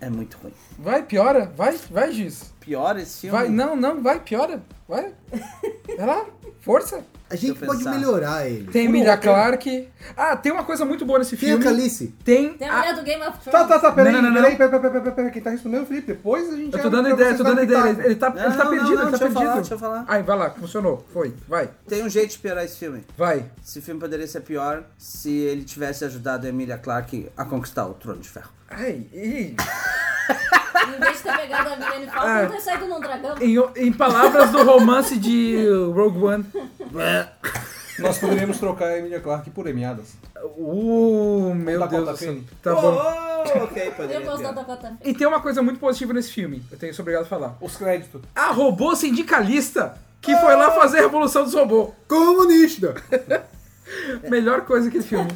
Speaker 4: É muito ruim.
Speaker 1: Vai, piora, vai, vai, Giz.
Speaker 4: Pior esse filme.
Speaker 1: Vai, não, não, vai, piora. Vai. Vai lá, força.
Speaker 2: A
Speaker 4: Deixa eu
Speaker 2: gente pode
Speaker 4: pensar.
Speaker 2: melhorar ele.
Speaker 1: Tem Emilia Clarke. Ah, tem uma coisa muito boa nesse
Speaker 2: Tem a
Speaker 1: filme.
Speaker 2: Calice.
Speaker 1: Tem
Speaker 5: Tem a
Speaker 1: a...
Speaker 5: mulher do Game of Thrones.
Speaker 3: Tá, tá, tá, peraí,
Speaker 1: Não, não, não,
Speaker 3: peraí, peraí, peraí, peraí, peraí, peraí, quem tá respondendo é o Felipe, depois a gente...
Speaker 1: Eu tô
Speaker 3: abre
Speaker 1: dando
Speaker 3: pra
Speaker 1: ideia,
Speaker 3: você
Speaker 1: tô
Speaker 3: dar
Speaker 1: dando ideia.
Speaker 3: pitaco.
Speaker 1: Ele, ele tá,
Speaker 4: Não,
Speaker 1: ele tá
Speaker 4: não,
Speaker 1: perdido, ele
Speaker 4: não,
Speaker 1: tá
Speaker 4: deixa eu
Speaker 1: perdido.
Speaker 4: falar, deixa eu falar.
Speaker 1: Ai, vai lá, funcionou. Foi, vai,
Speaker 4: Tem um jeito de piorar esse filme.
Speaker 1: vai.
Speaker 4: Esse filme poderia ser pior se ele tivesse ajudado a Emilia Clarke a conquistar o Trono de Ferro.
Speaker 1: Ai, e...
Speaker 2: tá.
Speaker 5: Em vez de ter pegado a Milene Falcon,
Speaker 2: Ah.
Speaker 5: não ter saído num dragão.
Speaker 1: Em, em palavras do romance de Rogue One.
Speaker 3: Nós poderíamos trocar a Emilia Clarke por Emiadas.
Speaker 1: Uh, meu
Speaker 3: Dá
Speaker 1: Deus
Speaker 3: conta,
Speaker 1: do céu.
Speaker 3: Fini?
Speaker 1: Tá bom.
Speaker 4: Oh, ok,
Speaker 5: Eu
Speaker 4: poderia
Speaker 5: gosto da
Speaker 4: ser.
Speaker 5: Dakota Fanning.
Speaker 1: E tem uma coisa muito positiva nesse filme. Eu tenho isso obrigado a falar.
Speaker 3: Os créditos.
Speaker 1: A robô sindicalista que foi lá fazer a revolução dos robôs.
Speaker 2: Comunista!
Speaker 1: Melhor coisa que esse filme.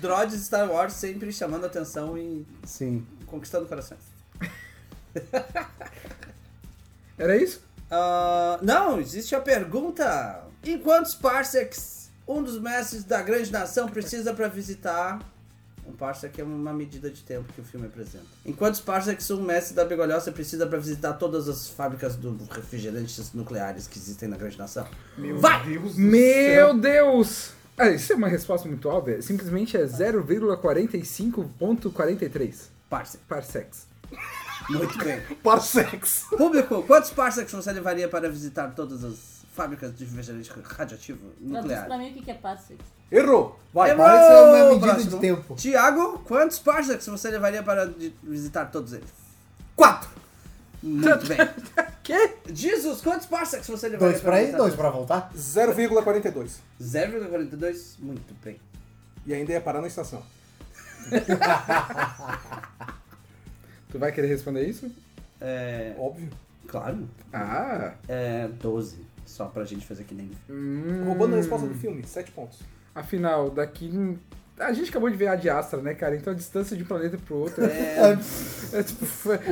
Speaker 4: Droids Star Wars sempre chamando atenção e
Speaker 2: Sim.
Speaker 4: conquistando corações.
Speaker 1: Era isso?
Speaker 4: Ah, não, existe a pergunta. Em quantos parsecs um dos mestres da grande nação precisa para visitar? Um parsec é uma medida de tempo que o filme apresenta. Em quantos parsecs um mestre da Begolhosa precisa para visitar todas as fábricas do refrigerantes nucleares que existem na grande nação?
Speaker 3: Vai! Deus do
Speaker 1: Meu Deus! Ah, isso é uma resposta muito óbvia. Simplesmente é 0,45.43
Speaker 4: Parsec.
Speaker 1: parsecs.
Speaker 4: Muito bem.
Speaker 2: Parsex.
Speaker 4: Público, quantos parsecs você levaria para visitar todas as fábricas de refrigerante radioativo
Speaker 5: Traduz
Speaker 4: nuclear?
Speaker 5: pra mim o que que é Passex.
Speaker 3: Errou! Vai,
Speaker 4: Errou!
Speaker 2: Parece é uma medida
Speaker 4: Próximo.
Speaker 2: de tempo.
Speaker 4: Tiago, quantos parsecs você levaria para de- visitar todos eles?
Speaker 2: Quatro.
Speaker 4: Muito bem.
Speaker 1: Que?
Speaker 4: Jesus, quantos parsecs você levaria
Speaker 2: Dois pra ir,
Speaker 4: visitar
Speaker 2: dois
Speaker 4: todos?
Speaker 2: pra voltar.
Speaker 3: 0,42.
Speaker 4: 0,42? Muito bem.
Speaker 3: E ainda ia parar na estação.
Speaker 1: Tu vai querer responder isso?
Speaker 4: É,
Speaker 3: Óbvio.
Speaker 4: claro.
Speaker 1: Ah,
Speaker 4: É 12. Só pra gente fazer que nem...
Speaker 1: Hum.
Speaker 3: Roubando a resposta do filme, 7 pontos.
Speaker 1: afinal, daqui. A gente acabou de ver a de Astra, né, cara? Então a distância de um planeta pro outro é. é tipo,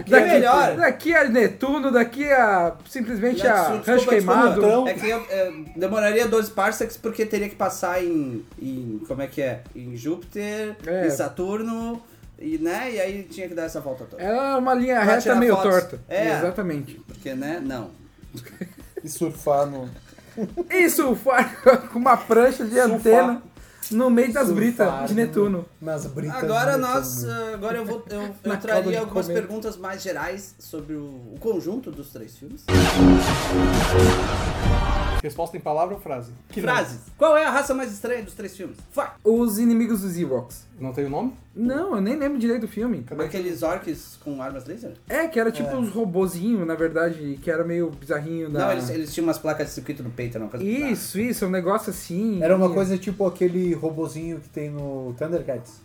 Speaker 4: que é melhor?
Speaker 1: Daqui a Netuno, daqui a. Simplesmente a
Speaker 4: Desculpa,
Speaker 1: Rancho
Speaker 4: desculpa,
Speaker 1: Queimado.
Speaker 3: Então,
Speaker 4: É que eu, é, demoraria 12 parsecs porque teria que passar em, em- Como é que é? Em Júpiter,
Speaker 1: É.
Speaker 4: em Saturno, e, né? E aí tinha que dar essa volta toda.
Speaker 1: Ela é uma linha
Speaker 4: Pra
Speaker 1: reta
Speaker 4: tirar
Speaker 1: meio
Speaker 4: fotos.
Speaker 1: torta.
Speaker 4: É.
Speaker 1: Exatamente.
Speaker 4: Porque, né? Não.
Speaker 2: E surfar no...
Speaker 1: E surfar com uma prancha de antena no meio das
Speaker 2: Surfar,
Speaker 1: britas de
Speaker 2: né?
Speaker 1: Netuno.
Speaker 2: Nas britas.
Speaker 4: Agora
Speaker 2: do
Speaker 4: nós.
Speaker 2: Netuno.
Speaker 4: ah, Agora eu vou. Eu, eu
Speaker 1: Na calda de
Speaker 4: traria algumas
Speaker 1: cometa.
Speaker 4: perguntas mais gerais sobre o, o conjunto dos três filmes.
Speaker 3: resposta em palavra ou frase? Que
Speaker 4: Frases. Qual é a raça mais estranha dos três filmes? Vai!
Speaker 1: Os inimigos dos Ewoks.
Speaker 3: Não, não tem o nome?
Speaker 1: Não, eu nem lembro direito do filme.
Speaker 3: Cadê?
Speaker 4: Aqueles orcs com armas laser?
Speaker 1: É, que era tipo uns robozinhos, na verdade, que era meio bizarrinho da.
Speaker 4: Não, eles, eles tinham umas placas de circuito no peito, era uma coisa assim. bizarra.
Speaker 1: Isso, isso, um negócio assim.
Speaker 2: Era uma coisa tipo aquele robozinho que tem no Thundercats.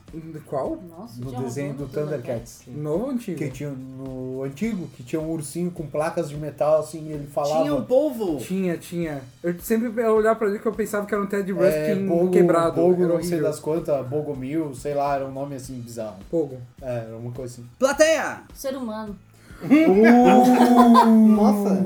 Speaker 1: Qual?
Speaker 5: Nossa,
Speaker 2: No
Speaker 4: um
Speaker 5: tinha
Speaker 2: desenho do
Speaker 5: robô no
Speaker 2: Thundercats.
Speaker 1: Novo ou antigo?
Speaker 2: Que tinha no antigo, que tinha um ursinho com placas de metal assim, e ele falava.
Speaker 4: Tinha um polvo!
Speaker 1: Tinha, tinha. Eu sempre olhava pra ele que eu pensava que era um Ted
Speaker 2: é,
Speaker 1: Ruskin
Speaker 2: Bogo,
Speaker 1: quebrado.
Speaker 2: Bogo
Speaker 1: era
Speaker 2: não sei
Speaker 1: horrível.
Speaker 2: das quantas, Bogomil, sei lá, era um nome assim bizarro.
Speaker 1: Pogo.
Speaker 2: É, era uma coisa assim.
Speaker 4: Plateia!
Speaker 5: Ser humano.
Speaker 2: Nossa!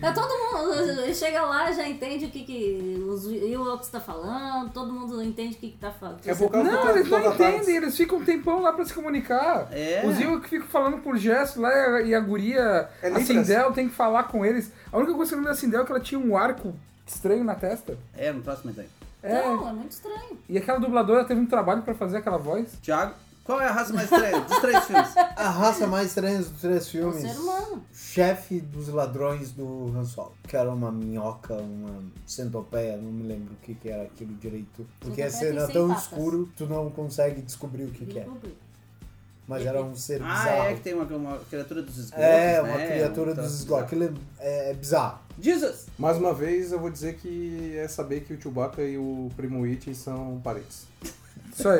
Speaker 5: Tá todo mundo chega lá, já entende o que, que os Ewoks tá falando, todo mundo entende o que, que tá falando.
Speaker 3: É por causa do
Speaker 1: Não,
Speaker 3: Toca-
Speaker 1: eles não
Speaker 3: Toca Tarts.
Speaker 1: entendem, eles ficam um tempão lá pra se comunicar.
Speaker 4: É.
Speaker 1: Os Ewoks ficam falando por gesto lá e a- e a guria,
Speaker 3: É
Speaker 1: a
Speaker 3: letras.
Speaker 1: Sindel, tem que falar com eles. A única coisa que eu lembro da Sindel é que ela tinha um arco estranho na testa.
Speaker 4: É, no próximo desenho.
Speaker 1: É,
Speaker 5: Não, é muito estranho.
Speaker 1: e aquela dubladora teve um trabalho pra fazer aquela voz.
Speaker 4: Tiago, qual é a raça mais estranha dos três filmes?
Speaker 2: A raça mais estranha dos três
Speaker 5: É um
Speaker 2: filmes.
Speaker 5: ser humano.
Speaker 2: Chefe dos ladrões do Han Solo. Que era uma minhoca, uma centopeia, não me lembro o que, que era aquilo direito. Porque a
Speaker 5: Centopeia tem
Speaker 2: cena é
Speaker 5: seis
Speaker 2: tão
Speaker 5: patas.
Speaker 2: escuro, tu não consegue descobrir o que, que é. Mas era um ser
Speaker 4: Ah,
Speaker 2: bizarro.
Speaker 4: é, que tem uma, uma criatura dos esgotos.
Speaker 2: É, uma
Speaker 4: né?
Speaker 2: criatura
Speaker 4: Um
Speaker 2: dos
Speaker 4: troço
Speaker 2: esgotos. Aquilo é, é bizarro.
Speaker 4: bizarro. Jesus!
Speaker 3: Mais uma vez, eu vou dizer que é saber que o Chewbacca e o Primo It são parentes.
Speaker 1: Isso aí.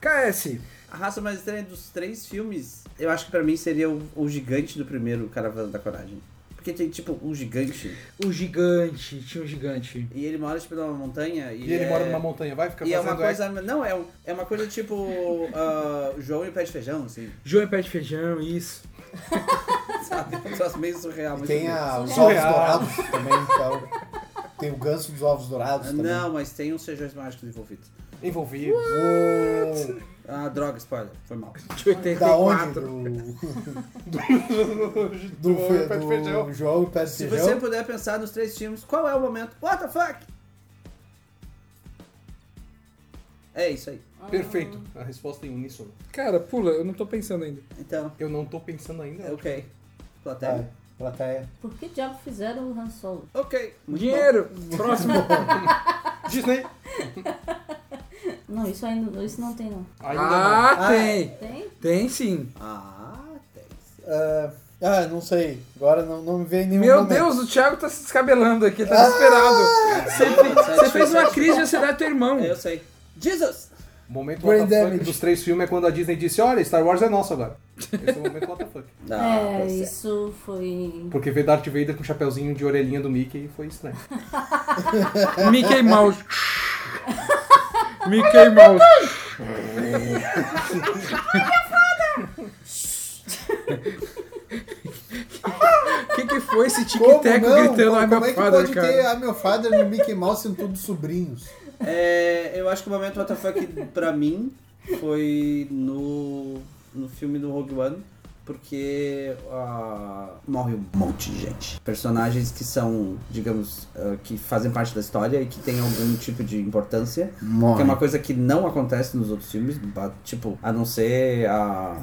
Speaker 1: KS,
Speaker 4: A raça mais estranha dos três filmes, eu acho que pra mim seria o, o gigante do primeiro Caravana da Coragem. Porque tem, tipo, um gigante,
Speaker 1: o gigante, tinha um gigante.
Speaker 4: e ele mora, tipo, numa montanha, e,
Speaker 3: E ele
Speaker 4: é...
Speaker 3: mora numa montanha, vai ficar
Speaker 4: E é
Speaker 3: fazendo
Speaker 4: uma
Speaker 3: coisa...
Speaker 4: coisa. Não, é, um- é uma coisa tipo. ah, João e o pé de feijão, assim.
Speaker 1: João e pé de feijão, isso.
Speaker 4: Sabe? Um troço meio surreal. é
Speaker 2: E
Speaker 4: muito
Speaker 2: tem
Speaker 4: bonito.
Speaker 2: a, os ovos
Speaker 3: Surreal.
Speaker 2: dourados também, então. Tem o ganso dos ovos dourados também.
Speaker 4: Ah, Não, mas tem uns feijões mágicos envolvidos.
Speaker 3: envolvido.
Speaker 2: O-
Speaker 4: Ah, droga, spoiler. Foi mal.
Speaker 1: De 84.
Speaker 2: Da onde? Do, do,
Speaker 3: João e o Pé de Feijão.
Speaker 2: do João e o Pé de
Speaker 4: Se
Speaker 2: Feijão.
Speaker 4: você puder pensar nos três filmes, qual é o momento? What the fuck? É isso aí.
Speaker 3: Perfeito. A resposta é uníssono.
Speaker 1: Cara, pula, eu não tô pensando ainda.
Speaker 4: Então,
Speaker 3: Eu não tô pensando ainda.
Speaker 4: ok.
Speaker 2: Tá,
Speaker 4: Platéia.
Speaker 2: plateia.
Speaker 5: Por que diabo fizeram o Han Solo?
Speaker 4: Ok. Muito
Speaker 1: Dinheiro! Próximo! né?
Speaker 3: Disney!
Speaker 5: Não, isso ainda isso não tem não.
Speaker 3: Ainda não.
Speaker 1: ah,
Speaker 2: Ah,
Speaker 1: tem!
Speaker 5: Tem?
Speaker 1: Tem sim.
Speaker 4: bom. Ah, tem.
Speaker 2: Ah, ah, não sei. Agora não, não me vem nenhum
Speaker 1: Meu
Speaker 2: momento.
Speaker 1: Deus, o Thiago tá se descabelando aqui, ele tá desesperado. Você fe- Você fez uma crise de ansiedade do teu irmão.
Speaker 4: Eu sei. Jesus!
Speaker 3: Momento
Speaker 2: Brain
Speaker 3: what the fuck
Speaker 2: damage.
Speaker 3: dos três filmes é quando a Disney disse, olha, Star Wars é nosso agora. Esse é o momento what the fuck.
Speaker 5: é,
Speaker 4: tá certo.
Speaker 5: isso foi.
Speaker 3: Porque ver Darth Vader com o chapeuzinho de orelhinha do Mickey foi estranho.
Speaker 1: Mickey Mouse. Mickey Mouse. O que, que foi esse
Speaker 2: Como
Speaker 1: tic-teco
Speaker 2: não?
Speaker 1: gritando
Speaker 2: Como,
Speaker 1: lá meu
Speaker 2: é que
Speaker 1: padre,
Speaker 2: pode ter
Speaker 1: cara?
Speaker 2: a meu father no Mickey Mouse sendo todos sobrinhos?
Speaker 4: É, eu acho que o momento what the fuck pra mim foi no, no filme do Rogue One, porque ah, morre um monte de gente. Personagens que são, digamos, ah, que fazem parte da história e que têm algum tipo de importância. Que é uma coisa que não acontece nos outros filmes, ba- tipo, a não ser a...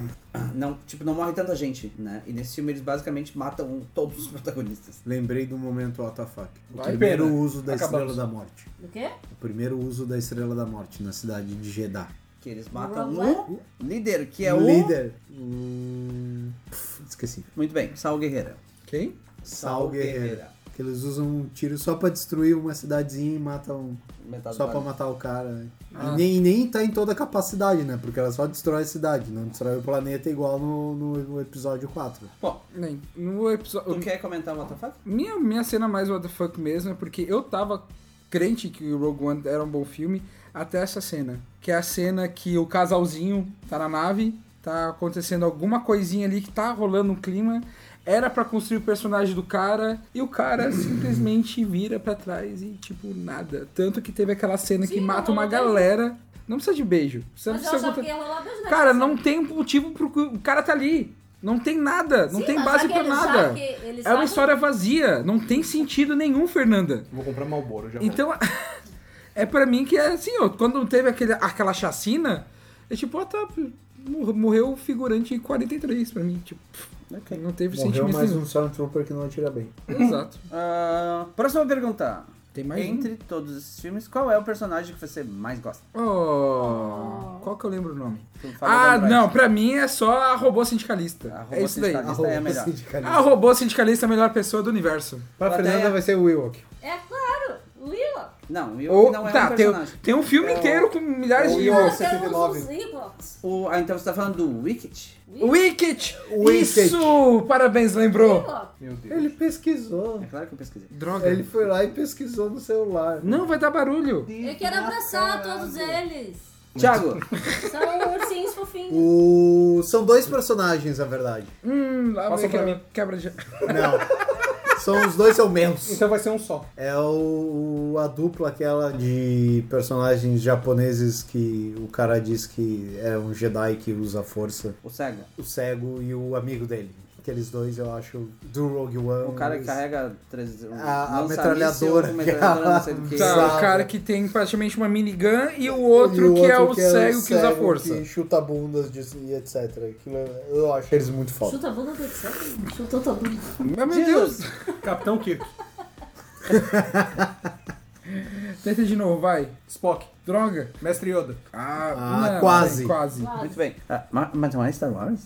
Speaker 4: Não, tipo, não morre tanta gente, né? E nesse filme eles basicamente matam todos os protagonistas.
Speaker 2: Lembrei do momento WTF. O
Speaker 1: Vai,
Speaker 2: primeiro
Speaker 1: pena.
Speaker 2: uso da
Speaker 1: Acabamos.
Speaker 2: Estrela da Morte.
Speaker 5: Do quê?
Speaker 2: O primeiro uso da Estrela da Morte na cidade de Jeddah.
Speaker 4: Que eles matam
Speaker 5: Rogue
Speaker 4: o líder, que é
Speaker 2: o
Speaker 4: o...
Speaker 2: Um líder. Hum, puf, esqueci.
Speaker 4: Muito bem, Sal Guerreira.
Speaker 1: Quem?
Speaker 2: Sal Guerreira. Que eles usam um tiro só pra destruir uma cidadezinha e matam. um
Speaker 4: Metade
Speaker 2: Só
Speaker 4: do
Speaker 2: pra
Speaker 4: vale.
Speaker 2: matar o cara. né?
Speaker 1: Ah.
Speaker 2: E nem, nem tá em toda a capacidade, né? Porque ela só destrói a cidade, não destrói o planeta igual no, no- no episódio 4.
Speaker 4: Bom,
Speaker 1: Nem. No episódio.
Speaker 4: tu quer comentar o WTF?
Speaker 1: Minha, minha cena mais what the fuck mesmo é porque eu tava crente que o Rogue One era um bom filme até essa cena. Que é a cena que o casalzinho tá na nave, tá acontecendo alguma coisinha ali que tá rolando um clima. Era pra construir o personagem do cara e o cara simplesmente vira pra trás e tipo nada. Tanto que teve aquela cena que
Speaker 5: Sim,
Speaker 1: mata uma
Speaker 5: não tem.
Speaker 1: galera. Não precisa de beijo. Precisa
Speaker 5: Mas eu
Speaker 1: precisa
Speaker 5: achava
Speaker 1: contar-
Speaker 5: que ia rolar né? beijo na
Speaker 1: Cara,
Speaker 5: cabeça.
Speaker 1: não tem motivo pro. O cara tá ali. Não tem nada. Não
Speaker 5: Sim,
Speaker 1: tem
Speaker 5: mas
Speaker 1: base
Speaker 5: já que
Speaker 1: pra
Speaker 5: eles- já
Speaker 1: nada.
Speaker 5: que eles
Speaker 1: É uma
Speaker 5: sabem-
Speaker 1: história vazia, não tem sentido nenhum, Fernanda.
Speaker 3: Vou comprar Malboro já. volto.
Speaker 1: Então, é pra mim que é assim, ó, quando teve aquele, aquela chacina, é tipo, ó, tá, mor- morreu o figurante em 43 pra mim, tipo,
Speaker 4: Ok. um.
Speaker 1: não teve
Speaker 2: Morreu
Speaker 1: sentimento
Speaker 2: mais
Speaker 1: nenhum.
Speaker 2: um Stormtrooper que não atira bem.
Speaker 1: Exato.
Speaker 4: Ah, próxima pergunta.
Speaker 1: Tem mais
Speaker 4: Entre todos esses filmes, qual é o personagem que você mais gosta?
Speaker 1: um. Oh, qual que eu lembro o nome?
Speaker 4: Tu fala
Speaker 1: Ah,
Speaker 4: da Android.
Speaker 1: não, pra mim é só a robô sindicalista.
Speaker 4: A robô
Speaker 1: é isso daí.
Speaker 4: sindicalista.
Speaker 2: Arroba assim,
Speaker 4: é a melhor.
Speaker 2: sindicalista.
Speaker 1: A robô sindicalista é a melhor pessoa do universo.
Speaker 2: Pra
Speaker 4: Plateia.
Speaker 2: Fernanda vai ser o Willock.
Speaker 5: É claro, o Ewok.
Speaker 4: Não, o Ewok
Speaker 1: Ou,
Speaker 4: não é
Speaker 1: tá,
Speaker 4: um
Speaker 1: tem,
Speaker 4: personagem. é
Speaker 1: tem um filme inteiro com milhares
Speaker 2: o
Speaker 1: de
Speaker 2: Ewoks.
Speaker 1: Ewoks.
Speaker 5: Até os
Speaker 2: 79.
Speaker 5: os Ewoks.
Speaker 4: O- ah, então você tá falando do Wicked?
Speaker 1: Wicked!
Speaker 2: Wicked.
Speaker 1: Isso! Parabéns, lembrou.
Speaker 5: Ewok.
Speaker 3: Meu Deus.
Speaker 2: Ele pesquisou.
Speaker 4: É claro que eu pesquisei.
Speaker 1: Droga.
Speaker 2: Ele foi lá e pesquisou no celular.
Speaker 1: Não, vai dar barulho.
Speaker 5: Eu quero abraçar todos eles.
Speaker 4: Thiago,
Speaker 5: São ursinhos fofinhos.
Speaker 2: O... São dois personagens, na verdade.
Speaker 1: Hum, lá
Speaker 3: Passou
Speaker 1: vem
Speaker 3: pra
Speaker 1: aquela quebra de...
Speaker 2: Não. São os dois, são meus.
Speaker 3: Então vai ser um só.
Speaker 2: É o, a dupla aquela de personagens japoneses que o cara diz que é um Jedi que usa força.
Speaker 4: o cego.
Speaker 2: O cego e o amigo dele. Aqueles dois, eu acho, do Rogue One.
Speaker 4: O cara que
Speaker 2: eles-
Speaker 4: carrega três,
Speaker 2: A-
Speaker 4: um
Speaker 2: a
Speaker 4: lança-míssil
Speaker 2: metralhadora.
Speaker 4: com metralhadora, não sei do que.
Speaker 1: Tá,
Speaker 2: Exato.
Speaker 1: o cara que tem praticamente uma minigun e o outro, que é o cego que usa força.
Speaker 2: Que chuta bundas de- e etc. Aquilo é- eu acho eles muito foda.
Speaker 5: Chuta a bunda do céu. Chutou tua bunda.
Speaker 1: Mas, meu Deus!
Speaker 4: Jesus!
Speaker 3: Capitão Kirk.
Speaker 1: Tenta de novo, vai.
Speaker 3: Spock.
Speaker 1: Droga.
Speaker 3: Mestre Yoda.
Speaker 1: Ah,
Speaker 2: Ah,
Speaker 1: não,
Speaker 2: quase.
Speaker 1: bem, quase.
Speaker 4: Muito bem. Ah, ma- mas não é Star Wars?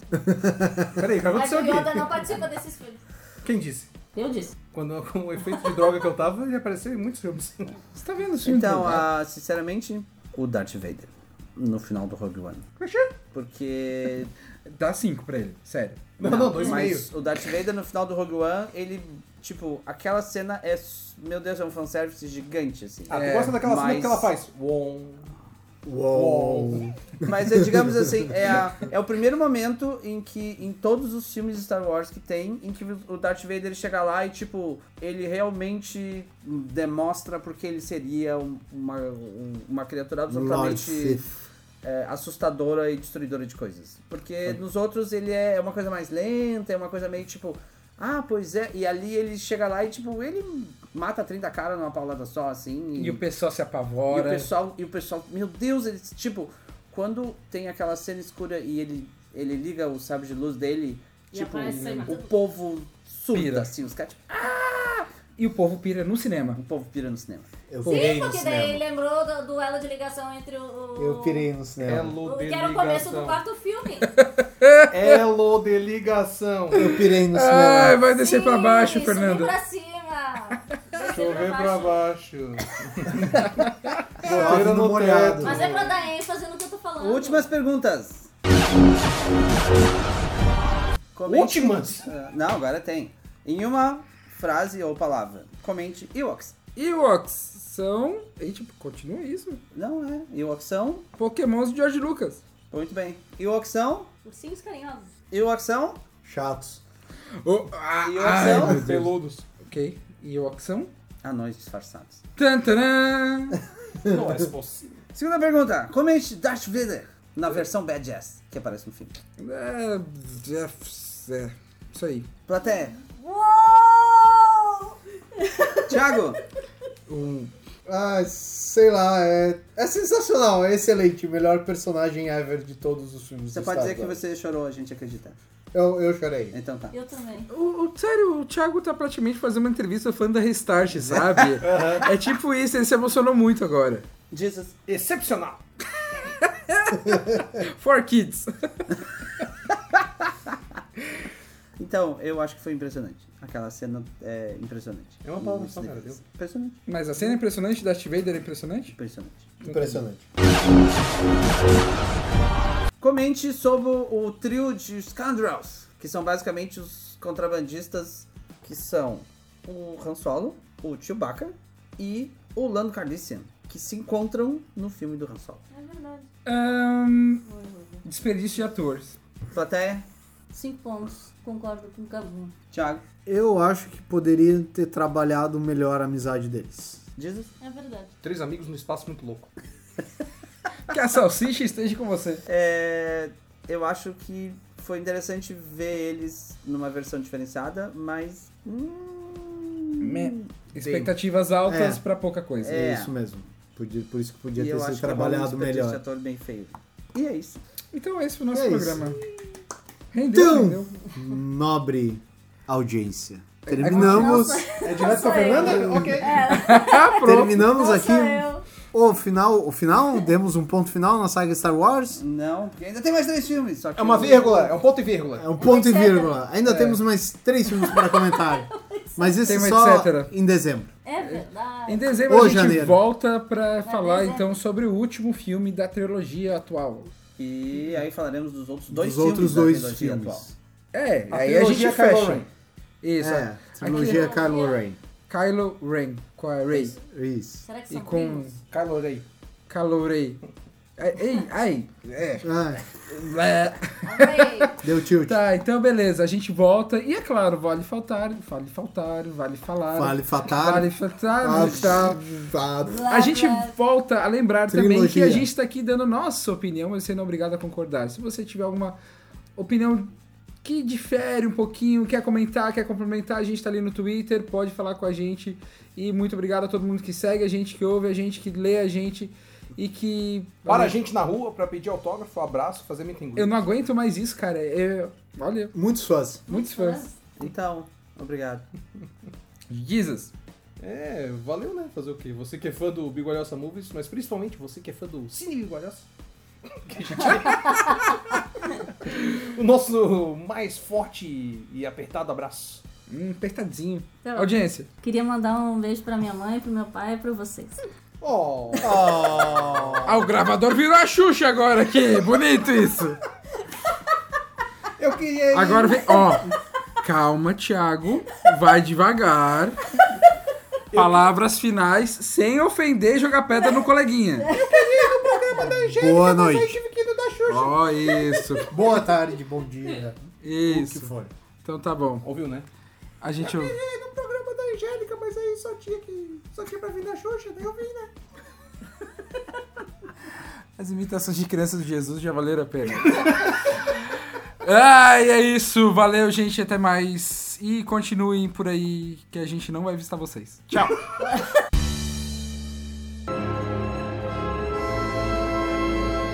Speaker 3: Peraí, o que
Speaker 5: Mas
Speaker 3: aconteceu
Speaker 5: o Yoda
Speaker 3: aqui?
Speaker 5: não participa desses filmes.
Speaker 3: Quem disse?
Speaker 5: Eu disse.
Speaker 3: Quando com o efeito de droga que eu tava, já apareceu em muitos filmes.
Speaker 1: Você tá vendo o filme?
Speaker 4: Então,
Speaker 1: todo?
Speaker 4: ah, sinceramente, o Darth Vader. No final do Rogue One. Porque.
Speaker 1: Dá cinco pra ele, sério.
Speaker 3: Não, não, dois e meio.
Speaker 4: Mas o Darth Vader no final do Rogue One, ele. Tipo, aquela cena é. s- Meu Deus, é um fanservice gigante, assim.
Speaker 3: Ah, tu gosta daquela cena
Speaker 4: mas-
Speaker 3: que ela faz? Uom.
Speaker 2: Uou.
Speaker 4: Mas é, digamos assim, é, a- é o primeiro momento em que, em todos os filmes de Star Wars que tem, em que o Darth Vader chega lá e, tipo, ele realmente demonstra porque ele seria um- uma, um- uma criatura
Speaker 2: Lord
Speaker 4: absolutamente
Speaker 2: Sith.
Speaker 4: é, assustadora e destruidora de coisas. Porque nos outros ele é uma coisa mais lenta, é uma coisa meio tipo, ah, pois é. E ali ele chega lá e, tipo, ele mata 30 caras numa paulada só, assim.
Speaker 1: E o pessoal se
Speaker 4: E o
Speaker 1: apavora.
Speaker 4: pessoal, e o pessoal, meu Deus, eles, tipo, quando tem aquela cena escura e ele, ele liga o sabre de luz dele,
Speaker 5: E
Speaker 4: tipo,
Speaker 5: aparece aí um.
Speaker 4: o
Speaker 5: matando.
Speaker 4: povo surta,
Speaker 1: Pira.
Speaker 4: assim, os caras, tipo,
Speaker 1: E o povo pira no cinema.
Speaker 4: o povo pira no cinema.
Speaker 2: Eu
Speaker 5: Sim,
Speaker 2: pirei no
Speaker 5: porque daí
Speaker 2: cinema.
Speaker 5: lembrou do duelo de ligação entre o. o-
Speaker 2: Eu pirei
Speaker 4: É
Speaker 2: no cinema.
Speaker 3: Elo
Speaker 5: o-
Speaker 3: de
Speaker 5: Que era o começo do
Speaker 3: ligação.
Speaker 5: quarto filme.
Speaker 3: Elo de ligação.
Speaker 2: Eu pirei no
Speaker 1: Ai,
Speaker 2: cinema.
Speaker 1: vai descer pra
Speaker 5: Sim, é
Speaker 1: baixo,
Speaker 5: subir
Speaker 1: Fernando.
Speaker 5: pra cima. Descer
Speaker 3: Chover pra baixo.
Speaker 2: Chove
Speaker 3: Goteira
Speaker 2: no
Speaker 3: no
Speaker 2: molhado.
Speaker 3: teto.
Speaker 5: Mas é pra dar ênfase no que eu tô falando.
Speaker 4: Últimas perguntas. Comente-
Speaker 3: Últimas?
Speaker 4: Ah, não, agora tem. Em uma frase ou palavra, comente Ewoks.
Speaker 1: Ewoks são... Ei, tipo, continua isso.
Speaker 4: Não é, Ewoks são,
Speaker 1: Pokémons de George Lucas.
Speaker 4: muito bem. Ewoks são,
Speaker 5: Ursinhos carinhosos.
Speaker 4: Ewoks são,
Speaker 2: Chatos.
Speaker 1: Oh, ah,
Speaker 4: Ewoks
Speaker 1: ai,
Speaker 4: são-
Speaker 1: meu Deus.
Speaker 3: Peludos.
Speaker 1: Ok. Ewoks são...
Speaker 4: anões disfarçados.
Speaker 1: Tantarã.
Speaker 3: Não é possível.
Speaker 4: Segunda pergunta, comente Darth Vader na versão badass que aparece no filme.
Speaker 1: É, é, é, isso aí.
Speaker 4: Plateia.
Speaker 5: Uou!
Speaker 4: Thiago,
Speaker 2: Ah, sei lá, é, é sensacional, é excelente. Melhor personagem ever de todos os filmes.
Speaker 4: você
Speaker 2: do
Speaker 4: pode
Speaker 2: Star
Speaker 4: dizer que
Speaker 2: Wars.
Speaker 4: você chorou, a gente acredita.
Speaker 2: Eu, eu chorei.
Speaker 4: Então tá.
Speaker 5: Eu também.
Speaker 1: O, o- sério, o Thiago tá praticamente fazendo uma entrevista fã da Restart, sabe? É tipo isso, ele se emocionou muito agora.
Speaker 4: Jesus.
Speaker 3: Excepcional.
Speaker 1: For Kids.
Speaker 4: Então, eu acho que foi impressionante. Aquela cena é impressionante.
Speaker 3: É uma palavra
Speaker 4: Nos
Speaker 3: só, cara,
Speaker 4: níveis.
Speaker 3: deu.
Speaker 4: Impressionante.
Speaker 1: Mas a cena impressionante da Darth Vader é impressionante?
Speaker 4: Impressionante.
Speaker 2: Impressionante.
Speaker 4: Comente sobre o trio de Scoundrels, que são basicamente os contrabandistas que são o Han Solo, o Chewbacca e o Lando Calrissian, que se encontram no filme do Han Solo.
Speaker 5: É verdade.
Speaker 1: Ahn, desperdício de atores.
Speaker 4: Plateia,
Speaker 5: Cinco pontos. Concordo com o Cavum.
Speaker 4: Thiago,
Speaker 2: Eu acho que poderia ter trabalhado melhor a amizade deles.
Speaker 4: Jesus.
Speaker 5: É verdade.
Speaker 3: Três amigos no espaço muito louco.
Speaker 1: Que a salsicha esteja com você.
Speaker 4: É, eu acho que foi interessante ver eles numa versão diferenciada, mas. Hum,
Speaker 1: Me- Expectativas altas pra pouca coisa.
Speaker 2: É,
Speaker 4: É.
Speaker 2: isso mesmo. Podia- por isso que podia
Speaker 4: e
Speaker 2: ter
Speaker 4: eu acho
Speaker 2: sido
Speaker 4: que rola um
Speaker 2: trabalhado
Speaker 4: desperdício de
Speaker 2: melhor.
Speaker 4: ator bem feio. E é isso.
Speaker 1: Então esse foi o nosso
Speaker 2: É isso.
Speaker 1: programa. Rendeu, rendeu.
Speaker 2: Então, nobre audiência. Terminamos,
Speaker 3: É direto pra
Speaker 5: Nossa,
Speaker 3: Fernanda? Ok.
Speaker 1: Ah, pronto.
Speaker 2: terminamos
Speaker 5: Não
Speaker 2: aqui
Speaker 5: sou
Speaker 4: é.
Speaker 5: eu.
Speaker 2: o final, o final, demos um ponto final na saga Star Wars.
Speaker 4: Não, porque ainda tem mais três filmes. Só que
Speaker 3: É uma
Speaker 4: o-
Speaker 3: vírgula, é um ponto e vírgula.
Speaker 2: É um ponto e
Speaker 5: etc.
Speaker 2: vírgula. Ainda temos mais três filmes para comentar. Mas esse
Speaker 1: Tem um
Speaker 2: só
Speaker 1: etc.
Speaker 2: em dezembro.
Speaker 5: É verdade.
Speaker 1: Em dezembro
Speaker 2: Ô,
Speaker 1: a gente
Speaker 2: janeiro.
Speaker 1: volta pra falar
Speaker 5: dezembro.
Speaker 1: então sobre o último filme da trilogia atual.
Speaker 4: E aí falaremos dos outros dois
Speaker 2: Dos
Speaker 4: filmes.
Speaker 2: outros
Speaker 4: da
Speaker 2: dois
Speaker 4: trilogia
Speaker 2: filmes.
Speaker 4: atual.
Speaker 1: É,
Speaker 3: A
Speaker 1: aí a
Speaker 3: trilogia
Speaker 1: gente
Speaker 3: Kylo
Speaker 1: fecha.
Speaker 3: Ren.
Speaker 1: Isso.
Speaker 2: É,
Speaker 1: Aqui,
Speaker 2: trilogia Kylo Ren.
Speaker 1: Kylo Ren com a Rey
Speaker 2: Isso.
Speaker 5: Será que
Speaker 1: e
Speaker 5: são
Speaker 1: com
Speaker 5: primos?
Speaker 3: Kylo Ray.
Speaker 1: Kylo Ray. Ai, Ei, ai. É.
Speaker 2: Ah,
Speaker 1: É.
Speaker 2: deu tilt.
Speaker 1: Tá, então beleza, a gente volta. E é claro, vale faltar, vale faltar, vale falar.
Speaker 2: Fale fatal.
Speaker 1: Vale faltar,
Speaker 2: Tá
Speaker 1: vale faltar.
Speaker 2: fatal.
Speaker 1: A gente é volta a lembrar também que
Speaker 2: Trilogia.
Speaker 1: a gente está aqui dando nossa opinião, mas você não é obrigado a concordar. Se você tiver alguma opinião que difere um pouquinho, quer comentar, quer complementar, a gente está ali no Twitter, pode falar com a gente. E muito obrigado a todo mundo que segue a gente, que ouve a gente, que lê a gente e que.
Speaker 3: Para a gente na rua pra pedir autógrafo, abraço, fazer meeting.
Speaker 1: Eu não aguento mais isso, cara. Eu- Olha,
Speaker 2: Muitos fãs.
Speaker 1: muitos fãs.
Speaker 4: Então, obrigado.
Speaker 1: Jesus.
Speaker 3: É, valeu, né? Fazer o quê? Você que é fã do Bigualhaça Movies, mas principalmente você que é fã do Cine Bigualhaça. Que a gente- o nosso mais forte e apertado abraço.
Speaker 1: Hum, apertadinho.
Speaker 5: Então,
Speaker 1: Audiência.
Speaker 5: queria mandar um beijo pra minha mãe, pro meu pai e pra vocês.
Speaker 3: Oh,
Speaker 1: Ah, o gravador virou a Xuxa agora aqui. Bonito isso.
Speaker 3: eu queria.
Speaker 1: Agora vem, ó. Calma, Thiago. Vai devagar. Palavras finais, sem ofender e jogar pedra no coleguinha.
Speaker 2: Boa é noite.
Speaker 1: Ó, isso.
Speaker 2: Boa tarde, bom dia. O que
Speaker 1: Isso.
Speaker 2: for.
Speaker 1: Então tá bom.
Speaker 3: Ouviu, né?
Speaker 1: A gente.
Speaker 3: É, no programa da Angélica, mas aí só tinha que. Só tinha pra vir da Xuxa, daí eu vim, né?
Speaker 1: As imitações de crianças de Jesus já valeram a pena. Ai, é isso. Valeu, gente. Até mais. E continuem por aí, que a gente não vai visitar vocês. Tchau.